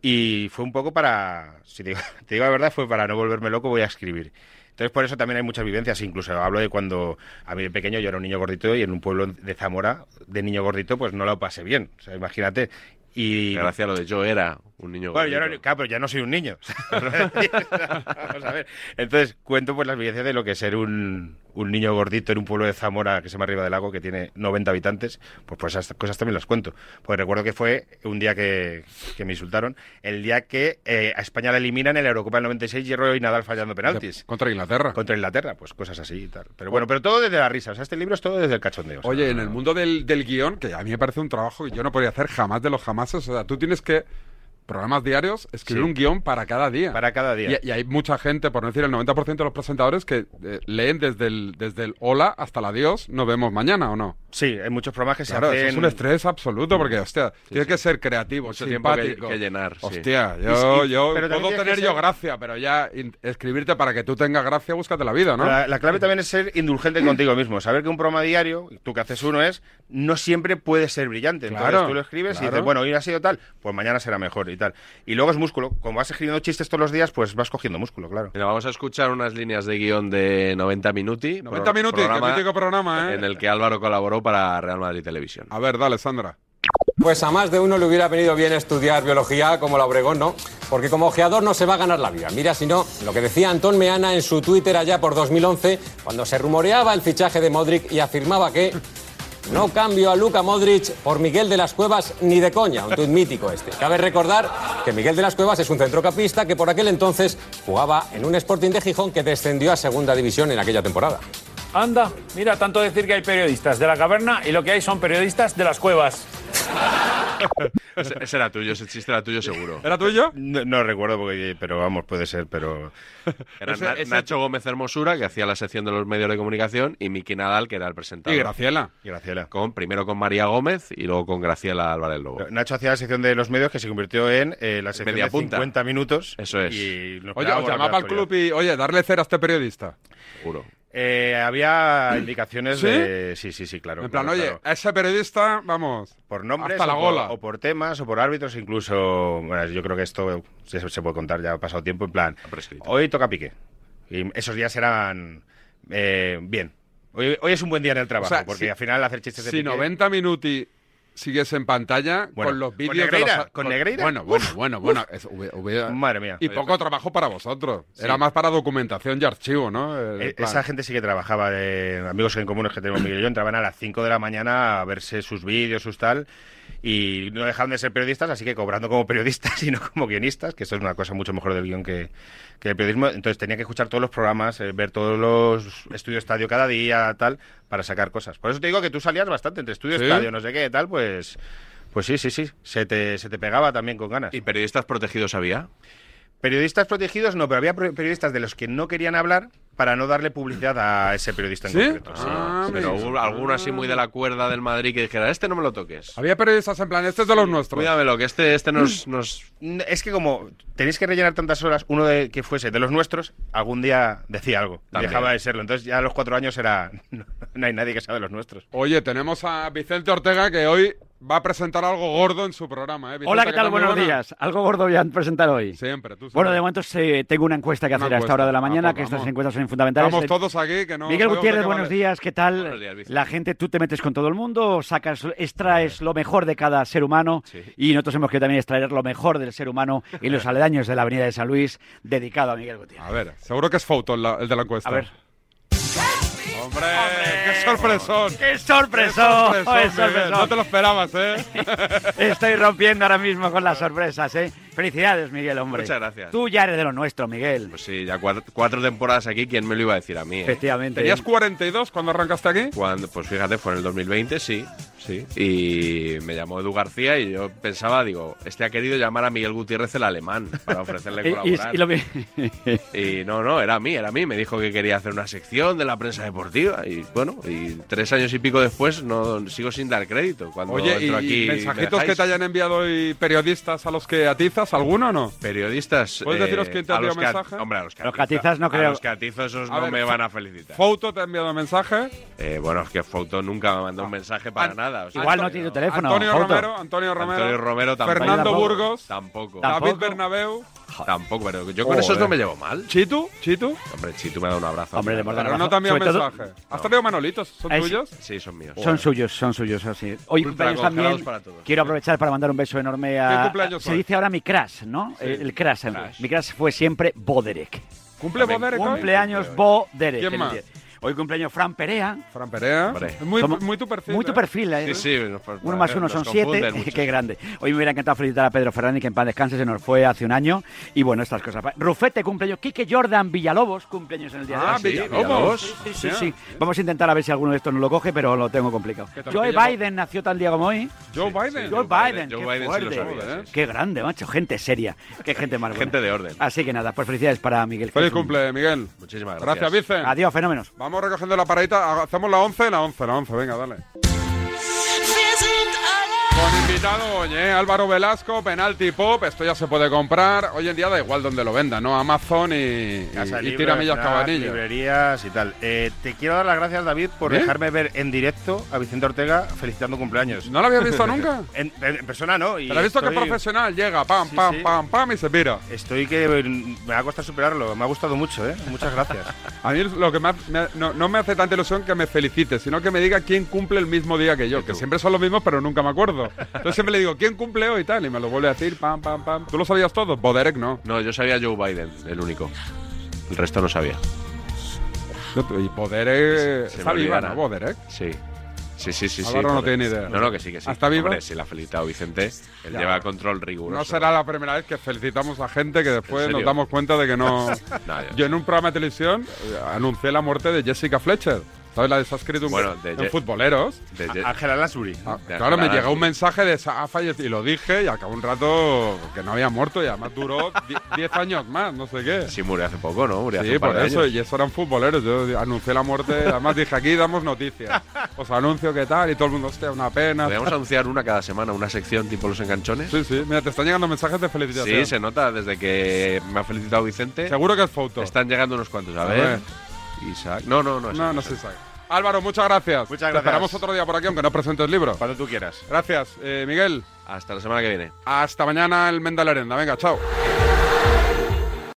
[SPEAKER 3] Y fue un poco para, si te digo, te digo la verdad, fue para no volverme loco, voy a escribir. Entonces por eso también hay muchas vivencias, incluso hablo de cuando a mí de pequeño yo era un niño gordito y en un pueblo de Zamora de niño gordito pues no lo pasé bien, o sea, imagínate. Y
[SPEAKER 2] Gracias a lo de yo era un niño
[SPEAKER 3] bueno, yo
[SPEAKER 2] gordito.
[SPEAKER 3] no, claro, pero ya no soy un niño. Vamos a ver. Entonces cuento pues las vivencias de lo que es ser un, un niño gordito en un pueblo de Zamora que se llama Arriba del Lago, que tiene 90 habitantes, pues, pues esas cosas también las cuento. Pues recuerdo que fue un día que, que me insultaron, el día que eh, a España la eliminan en la Eurocopa del 96, Hierro y Nadal fallando penaltis.
[SPEAKER 1] Contra Inglaterra. Oh,
[SPEAKER 3] Contra Inglaterra, pues cosas así y tal. Pero bueno, pero todo desde la risa, o sea, este libro es todo desde el cachondeo. o sea,
[SPEAKER 1] Oye, en el mundo del, del guión, que a mí me parece un trabajo que yo no podría hacer jamás de los jamases, o sea, tú tienes que, programas diarios, escribir
[SPEAKER 3] Sí.
[SPEAKER 1] un guión para cada día.
[SPEAKER 3] Para cada día.
[SPEAKER 1] Y, y hay mucha gente, por no decir el 90% de los presentadores, que eh, leen desde el, desde el hola hasta el adiós, nos vemos mañana o no.
[SPEAKER 3] Sí, hay muchos programas que se
[SPEAKER 1] Claro, eso
[SPEAKER 3] hacen...
[SPEAKER 1] es un estrés absoluto porque, hostia, tienes que ser creativo,
[SPEAKER 2] Mucho tiempo que-
[SPEAKER 1] simpático.
[SPEAKER 2] que llenar, sí.
[SPEAKER 1] Hostia,
[SPEAKER 2] Y-
[SPEAKER 1] yo,
[SPEAKER 2] y-
[SPEAKER 1] yo puedo
[SPEAKER 2] pero también tienes que
[SPEAKER 1] tener
[SPEAKER 2] ser-
[SPEAKER 1] yo gracia, pero ya in- escribirte para que tú tengas gracia, búscate la vida, ¿no?
[SPEAKER 3] La, la clave también es ser indulgente contigo mismo. Saber que un programa diario, tú que haces uno, es no siempre puede ser brillante. Entonces
[SPEAKER 1] Claro,
[SPEAKER 3] tú lo escribes y
[SPEAKER 1] claro.
[SPEAKER 3] dices, bueno, hoy ha sido tal, pues mañana será mejor y tal. Y luego es músculo. Como vas escribiendo chistes todos los días, pues vas cogiendo músculo, claro.
[SPEAKER 2] Mira, vamos a escuchar unas líneas de guión de 90 minuti.
[SPEAKER 1] 90 minutos,
[SPEAKER 2] programa
[SPEAKER 1] que mítico programa, ¿eh?
[SPEAKER 2] en el que Álvaro colaboró para Real Madrid Televisión.
[SPEAKER 1] A ver, dale, Sandra.
[SPEAKER 7] Pues a más de uno le hubiera venido bien estudiar biología como la Obregón, ¿no? Porque como ojeador no se va a ganar la vida. Mira, si no, lo que decía Antón Meana en su Twitter allá por 2011, cuando se rumoreaba el fichaje de Modric y afirmaba que no cambio a Luca Modric por Miguel de las Cuevas ni de coña, un tuit mítico este. Cabe recordar que Miguel de las Cuevas es un centrocampista que por aquel entonces jugaba en un Sporting de Gijón que descendió a segunda división en aquella temporada.
[SPEAKER 51] Anda, mira, tanto decir que hay periodistas de la caverna y lo que hay son periodistas de las cuevas.
[SPEAKER 2] Ese, ese era tuyo, ese chiste era tuyo seguro.
[SPEAKER 1] ¿Era tuyo?
[SPEAKER 3] No, no recuerdo, porque, pero vamos, puede ser, pero...
[SPEAKER 2] Era
[SPEAKER 3] Ese-
[SPEAKER 2] Na-
[SPEAKER 3] ese-
[SPEAKER 2] Nacho Gómez Hermosura, que hacía la sección de los medios de comunicación, y Miki Nadal, que era el presentador.
[SPEAKER 3] Y Graciela. Y Graciela.
[SPEAKER 2] Con, primero con María Gómez y luego con Graciela Álvarez Lobo.
[SPEAKER 3] Nacho hacía la sección de los medios que se convirtió en eh, la sección
[SPEAKER 2] Media
[SPEAKER 3] de
[SPEAKER 2] punta.
[SPEAKER 3] 50 minutos.
[SPEAKER 2] Eso es.
[SPEAKER 3] Y nos
[SPEAKER 1] Oye, os
[SPEAKER 3] quedábamos con la
[SPEAKER 1] llamaba al
[SPEAKER 3] actualidad.
[SPEAKER 1] club y, oye, darle cera a este periodista.
[SPEAKER 2] Juro.
[SPEAKER 3] Eh, había indicaciones
[SPEAKER 1] ¿Sí?
[SPEAKER 3] de... Sí, sí, sí, claro.
[SPEAKER 1] en plan,
[SPEAKER 3] claro,
[SPEAKER 1] oye,
[SPEAKER 3] claro.
[SPEAKER 1] a ese periodista, vamos.
[SPEAKER 3] Por nombres
[SPEAKER 1] Hasta la
[SPEAKER 3] o por-
[SPEAKER 1] gola.
[SPEAKER 3] o, por, temas o por árbitros incluso bueno, yo creo que esto se, se puede contar ya ha pasado tiempo en plan hoy toca pique y esos días eran eh, bien hoy, hoy es un buen día en el trabajo
[SPEAKER 1] O sea,
[SPEAKER 3] porque
[SPEAKER 1] si-
[SPEAKER 3] al final hacer chistes de
[SPEAKER 1] Si
[SPEAKER 3] pique
[SPEAKER 1] 90 minuti sigues en pantalla
[SPEAKER 3] Bueno,
[SPEAKER 1] con los
[SPEAKER 3] ¿con
[SPEAKER 1] vídeos de
[SPEAKER 3] Negreira?
[SPEAKER 1] los-
[SPEAKER 3] ¿Con Negreira?
[SPEAKER 1] Bueno, bueno, bueno, bueno. eso hubiera- hubiera-
[SPEAKER 3] Madre mía.
[SPEAKER 1] Y poco trabajo para vosotros.
[SPEAKER 3] Sí.
[SPEAKER 1] Era más para documentación y archivo, ¿no? El
[SPEAKER 3] eh,
[SPEAKER 1] plan.
[SPEAKER 3] esa gente sí que trabajaba de amigos en comunes que tenemos Miguel y yo entraban a las 5 de la mañana a verse sus vídeos sus tal y no dejaban de ser periodistas, así que cobrando como periodistas y no como guionistas, que eso es una cosa mucho mejor del guión que, que el periodismo. Entonces tenía que escuchar todos los programas, eh, ver todos los estudios estadio cada día, tal, para sacar cosas. Por eso te digo que tú salías bastante entre estudio
[SPEAKER 2] ¿Sí?
[SPEAKER 3] estadio, no sé qué, tal, pues. Pues sí, sí, sí. Se te, se te pegaba también con ganas.
[SPEAKER 2] ¿Y periodistas protegidos había?
[SPEAKER 3] Periodistas protegidos no, pero había pro- periodistas de los que no querían hablar para no darle publicidad a ese periodista en concreto. Sí,
[SPEAKER 38] Ah,
[SPEAKER 1] Ah,
[SPEAKER 3] sí,
[SPEAKER 2] Pero
[SPEAKER 3] sí.
[SPEAKER 2] hubo alguno así muy de la cuerda del Madrid que dijera, este no me lo toques.
[SPEAKER 1] Había periodistas en plan, este es de los
[SPEAKER 38] Pues
[SPEAKER 1] nuestros.
[SPEAKER 2] Cuídamelo, que este, este nos, nos...
[SPEAKER 3] N- Es que como tenéis que rellenar tantas horas, uno de que fuese de los nuestros, algún día decía algo,
[SPEAKER 1] También.
[SPEAKER 3] dejaba de serlo. Entonces ya a los cuatro años era, no, hay nadie que sea de los nuestros.
[SPEAKER 1] Oye, tenemos a Vicente Ortega que hoy va a presentar algo gordo en su programa. ¿eh? Vicente,
[SPEAKER 38] Hola, ¿qué tal?
[SPEAKER 1] muy
[SPEAKER 38] Buenos
[SPEAKER 1] buena?
[SPEAKER 38] días. Algo gordo voy a presentar hoy.
[SPEAKER 1] Siempre, tú
[SPEAKER 38] Bueno,
[SPEAKER 1] siempre.
[SPEAKER 38] de momento eh, tengo una encuesta que
[SPEAKER 1] Una
[SPEAKER 38] hacer a esta
[SPEAKER 1] encuesta.
[SPEAKER 38] hora de la
[SPEAKER 1] Ah,
[SPEAKER 38] mañana,
[SPEAKER 1] pues
[SPEAKER 38] que estas
[SPEAKER 1] vamos.
[SPEAKER 38] encuestas son fundamentales.
[SPEAKER 1] Estamos
[SPEAKER 38] Eh,
[SPEAKER 1] todos aquí, que no
[SPEAKER 38] Miguel
[SPEAKER 1] sabemos de
[SPEAKER 38] Gutiérrez,
[SPEAKER 1] qué
[SPEAKER 38] buenos
[SPEAKER 1] vale.
[SPEAKER 38] días, ¿qué tal?
[SPEAKER 1] Buenos días, Vicente.
[SPEAKER 38] la gente, tú te metes con todo el mundo, sacas, extraes lo mejor de cada ser humano y nosotros hemos querido también extraer lo mejor del ser humano y los aledaños de la Avenida de San Luis, dedicado a Miguel Gutiérrez.
[SPEAKER 1] A ver, seguro que es foto el, la- el de la encuesta.
[SPEAKER 38] A ver.
[SPEAKER 1] ¡Hombre! ¡Qué sorpresón!
[SPEAKER 38] ¡Qué sorpresón!
[SPEAKER 1] ¡Qué
[SPEAKER 38] ¡Qué
[SPEAKER 1] sorpresón, Miguel!
[SPEAKER 38] sorpresón!
[SPEAKER 1] No te lo esperabas, ¿eh?
[SPEAKER 38] Estoy rompiendo ahora mismo con las sorpresas, ¿eh? Felicidades, Miguel, hombre.
[SPEAKER 2] Muchas gracias.
[SPEAKER 38] Tú ya eres de lo nuestro, Miguel.
[SPEAKER 2] Pues sí, ya cuatro, cuatro temporadas aquí, ¿quién me lo iba a decir a mí? eh?
[SPEAKER 38] Efectivamente.
[SPEAKER 1] ¿Tenías 42 cuando arrancaste aquí?
[SPEAKER 2] Cuando, pues fíjate, fue en el 2020, sí. Sí. Y me llamó Edu García y yo pensaba, digo, este ha querido llamar a Miguel Gutiérrez el alemán para ofrecerle
[SPEAKER 38] Y- y-
[SPEAKER 2] colaborar.
[SPEAKER 38] y lo vi-
[SPEAKER 2] Y no, no, era a mí, era a mí. Me dijo que quería hacer una sección de la prensa deportiva y bueno, y tres años y pico después no sigo sin dar crédito. Cuando
[SPEAKER 1] Oye, y
[SPEAKER 2] entro aquí, me
[SPEAKER 1] mensajitos
[SPEAKER 2] dejáis.
[SPEAKER 1] que te hayan enviado hoy periodistas a los que atizas, ¿alguno o no?
[SPEAKER 2] Periodistas.
[SPEAKER 1] ¿Puedes
[SPEAKER 2] eh,
[SPEAKER 1] deciros quién te
[SPEAKER 2] a
[SPEAKER 1] ha enviado
[SPEAKER 2] los que at-
[SPEAKER 1] mensaje?
[SPEAKER 2] Hombre, a los que
[SPEAKER 1] Los que
[SPEAKER 2] atiza-
[SPEAKER 1] atizas no
[SPEAKER 2] A
[SPEAKER 1] creo.
[SPEAKER 2] los que atizo esos
[SPEAKER 1] A
[SPEAKER 2] no
[SPEAKER 1] ver,
[SPEAKER 2] me
[SPEAKER 1] Fo-
[SPEAKER 2] van a felicitar.
[SPEAKER 1] Foto te ha enviado mensaje.
[SPEAKER 2] Eh, bueno, es que Fouto nunca me mandó un mensaje para nada. o sea,
[SPEAKER 38] Igual no tiene teléfono.
[SPEAKER 1] Ah, Pues Antonio
[SPEAKER 38] Fouto.
[SPEAKER 1] Romero, Antonio Romero.
[SPEAKER 2] Antonio Romero tampoco.
[SPEAKER 1] Fernando
[SPEAKER 2] Tampoco.
[SPEAKER 1] Burgos.
[SPEAKER 2] Tampoco.
[SPEAKER 1] David Bernabeu.
[SPEAKER 2] Tampoco, pero yo con esos
[SPEAKER 1] Joder.
[SPEAKER 2] no me llevo mal.
[SPEAKER 1] ¿Chitu? ¿Chitu?
[SPEAKER 2] Hombre, Chitu me ha dado un abrazo.
[SPEAKER 38] Hombre, le hemos dado
[SPEAKER 1] Pero
[SPEAKER 38] un
[SPEAKER 1] no te ha enviado
[SPEAKER 38] Sobre todo-
[SPEAKER 1] mensaje. ¿Has traído manolitos? ¿Son
[SPEAKER 38] Ahí sí.
[SPEAKER 1] tuyos?
[SPEAKER 2] Sí, son míos.
[SPEAKER 38] Son suyos, son suyos, así. Hoy cumpleaños
[SPEAKER 2] congelados
[SPEAKER 38] también.
[SPEAKER 2] para todos.
[SPEAKER 38] Quiero aprovechar para mandar un beso enorme a.
[SPEAKER 1] ¿Qué cumpleaños
[SPEAKER 38] Ah, se
[SPEAKER 1] hoy?
[SPEAKER 38] dice ahora mi crash, ¿no? El, el crash. Mi crash fue siempre Boderek.
[SPEAKER 1] ¿Cumple Boderek hoy?
[SPEAKER 38] Cumpleaños Boderek.
[SPEAKER 1] ¿Quién
[SPEAKER 38] el
[SPEAKER 1] más?
[SPEAKER 38] día. Hoy cumpleaños Fran Perea.
[SPEAKER 1] Fran Perea. Muy, muy tu perfil.
[SPEAKER 38] Muy tu
[SPEAKER 1] ¿eh?
[SPEAKER 38] perfil, ¿eh?
[SPEAKER 2] Sí, sí.
[SPEAKER 38] Uno más uno son siete. Qué grande. Hoy me hubiera encantado felicitar a Pedro Fernández, que en paz descanse, se nos fue hace un año. Y bueno, estas cosas. Rufete, cumpleaños. Quique Jordan Villalobos, cumpleaños en el día de hoy.
[SPEAKER 1] Ah, Villalobos.
[SPEAKER 38] Sí, sí, sí, sí. Vamos a intentar a ver si alguno de estos no lo coge, pero lo tengo complicado.
[SPEAKER 1] Que también
[SPEAKER 38] Joe
[SPEAKER 1] lleva-
[SPEAKER 38] Biden nació tal día como hoy.
[SPEAKER 1] Joe Biden.
[SPEAKER 38] Joe Biden,
[SPEAKER 1] Joe
[SPEAKER 38] qué
[SPEAKER 1] Biden sí lo
[SPEAKER 38] fuerte.
[SPEAKER 1] sabía, ¿eh?
[SPEAKER 38] Qué grande, macho. Gente seria. Qué gente más buena.
[SPEAKER 1] Gente de orden.
[SPEAKER 38] Así que nada, pues felicidades para Miguel. que
[SPEAKER 1] Feliz
[SPEAKER 38] es un-
[SPEAKER 1] cumple, Miguel.
[SPEAKER 2] Muchísimas
[SPEAKER 1] Gracias, Vice.
[SPEAKER 38] Adiós, fenómenos.
[SPEAKER 1] Vamos recogiendo la paradita. Hacemos la 11, la 11, la 11. Venga, dale. Con invitado hoy, ¿eh? Álvaro Velasco, Penalti Pop. Esto ya se puede comprar. Hoy en día da igual donde lo venda, ¿no? Amazon y, y,
[SPEAKER 3] Casa
[SPEAKER 1] Eh, y
[SPEAKER 3] Libre,
[SPEAKER 1] tiramillas
[SPEAKER 3] Fnac,
[SPEAKER 1] cabanillas.
[SPEAKER 3] librerías y tal. Eh, te quiero dar las gracias, David, por
[SPEAKER 1] ¿Eh?
[SPEAKER 3] dejarme ver en directo a Vicente Ortega felicitando cumpleaños.
[SPEAKER 1] ¿No lo habías visto nunca?
[SPEAKER 3] en, en persona no. y
[SPEAKER 1] Pero has visto que
[SPEAKER 3] estoy-
[SPEAKER 1] profesional llega, pam, pam,
[SPEAKER 3] sí.
[SPEAKER 1] pam, pam y se pira.
[SPEAKER 3] Estoy que me va a costar superarlo. Me ha gustado mucho, ¿eh? Muchas gracias.
[SPEAKER 1] A mí lo que más me- no, no me hace tanta ilusión que me felicite, sino que me diga quién cumple el mismo día que yo, que siempre son los mismos, pero nunca me acuerdo. Entonces siempre le digo, ¿quién cumple hoy y tal? Y me lo vuelve a decir, pam, pam, pam. ¿Tú lo sabías todo? Boderek no.
[SPEAKER 2] No, yo sabía Joe Biden, el único. El resto no sabía.
[SPEAKER 1] Y Boderek.
[SPEAKER 2] Se
[SPEAKER 1] Está
[SPEAKER 2] me
[SPEAKER 1] viva,
[SPEAKER 2] olvidara.
[SPEAKER 1] ¿no? Boderek.
[SPEAKER 2] Sí. Sí, sí, sí. sí,
[SPEAKER 1] Álvaro no
[SPEAKER 2] correcto.
[SPEAKER 1] tiene idea.
[SPEAKER 2] No, no, que sí, que sí.
[SPEAKER 1] ¿Está viva?
[SPEAKER 2] Hombre, sí, la ha felicitado Vicente. Él
[SPEAKER 1] Ya.
[SPEAKER 2] lleva control riguroso.
[SPEAKER 1] No será la primera vez que felicitamos a gente que después
[SPEAKER 2] ¿En
[SPEAKER 1] nos
[SPEAKER 2] serio?
[SPEAKER 1] damos cuenta de que no.
[SPEAKER 2] No, ya.
[SPEAKER 1] Yo en un programa de televisión eh, anuncié la muerte de Jessica Fletcher. ¿Sabes la de esas escrito
[SPEAKER 2] Bueno,
[SPEAKER 1] en,
[SPEAKER 2] de
[SPEAKER 1] en
[SPEAKER 2] Je-
[SPEAKER 1] futboleros?
[SPEAKER 2] de Je-
[SPEAKER 3] Ángela Lasbury.
[SPEAKER 1] Ah, Claro, me llegó un mensaje de esa ha fallecido, y lo dije y acabó un rato que no había muerto y además duró die- 10 años más, no sé qué.
[SPEAKER 2] Sí, murió hace poco, ¿no? Murió hace
[SPEAKER 1] Sí,
[SPEAKER 2] un par
[SPEAKER 1] por
[SPEAKER 2] de
[SPEAKER 1] eso,
[SPEAKER 2] años.
[SPEAKER 1] y eso eran futboleros. Yo anuncié la muerte, además dije aquí damos noticias. Os anuncio qué tal y todo el mundo, hostia, una pena.
[SPEAKER 2] Podríamos anunciar una cada semana, una sección tipo los enganchones.
[SPEAKER 1] Sí, sí, mira, te están llegando mensajes de felicitación.
[SPEAKER 2] Sí, se nota desde que me ha felicitado Vicente.
[SPEAKER 1] Seguro que es foto.
[SPEAKER 2] Están llegando unos cuantos. A,
[SPEAKER 1] A
[SPEAKER 2] ver.
[SPEAKER 1] ver.
[SPEAKER 2] Isaac. No, no, no.
[SPEAKER 1] No, no se sabe. Álvaro, muchas gracias. Muchas Te
[SPEAKER 2] gracias.
[SPEAKER 1] esperamos otro día por aquí, aunque no presentes el libro.
[SPEAKER 3] Cuando tú quieras.
[SPEAKER 1] Gracias, eh, Miguel.
[SPEAKER 2] Hasta la semana que viene.
[SPEAKER 1] Hasta mañana el Mendalarenda. Venga, chao.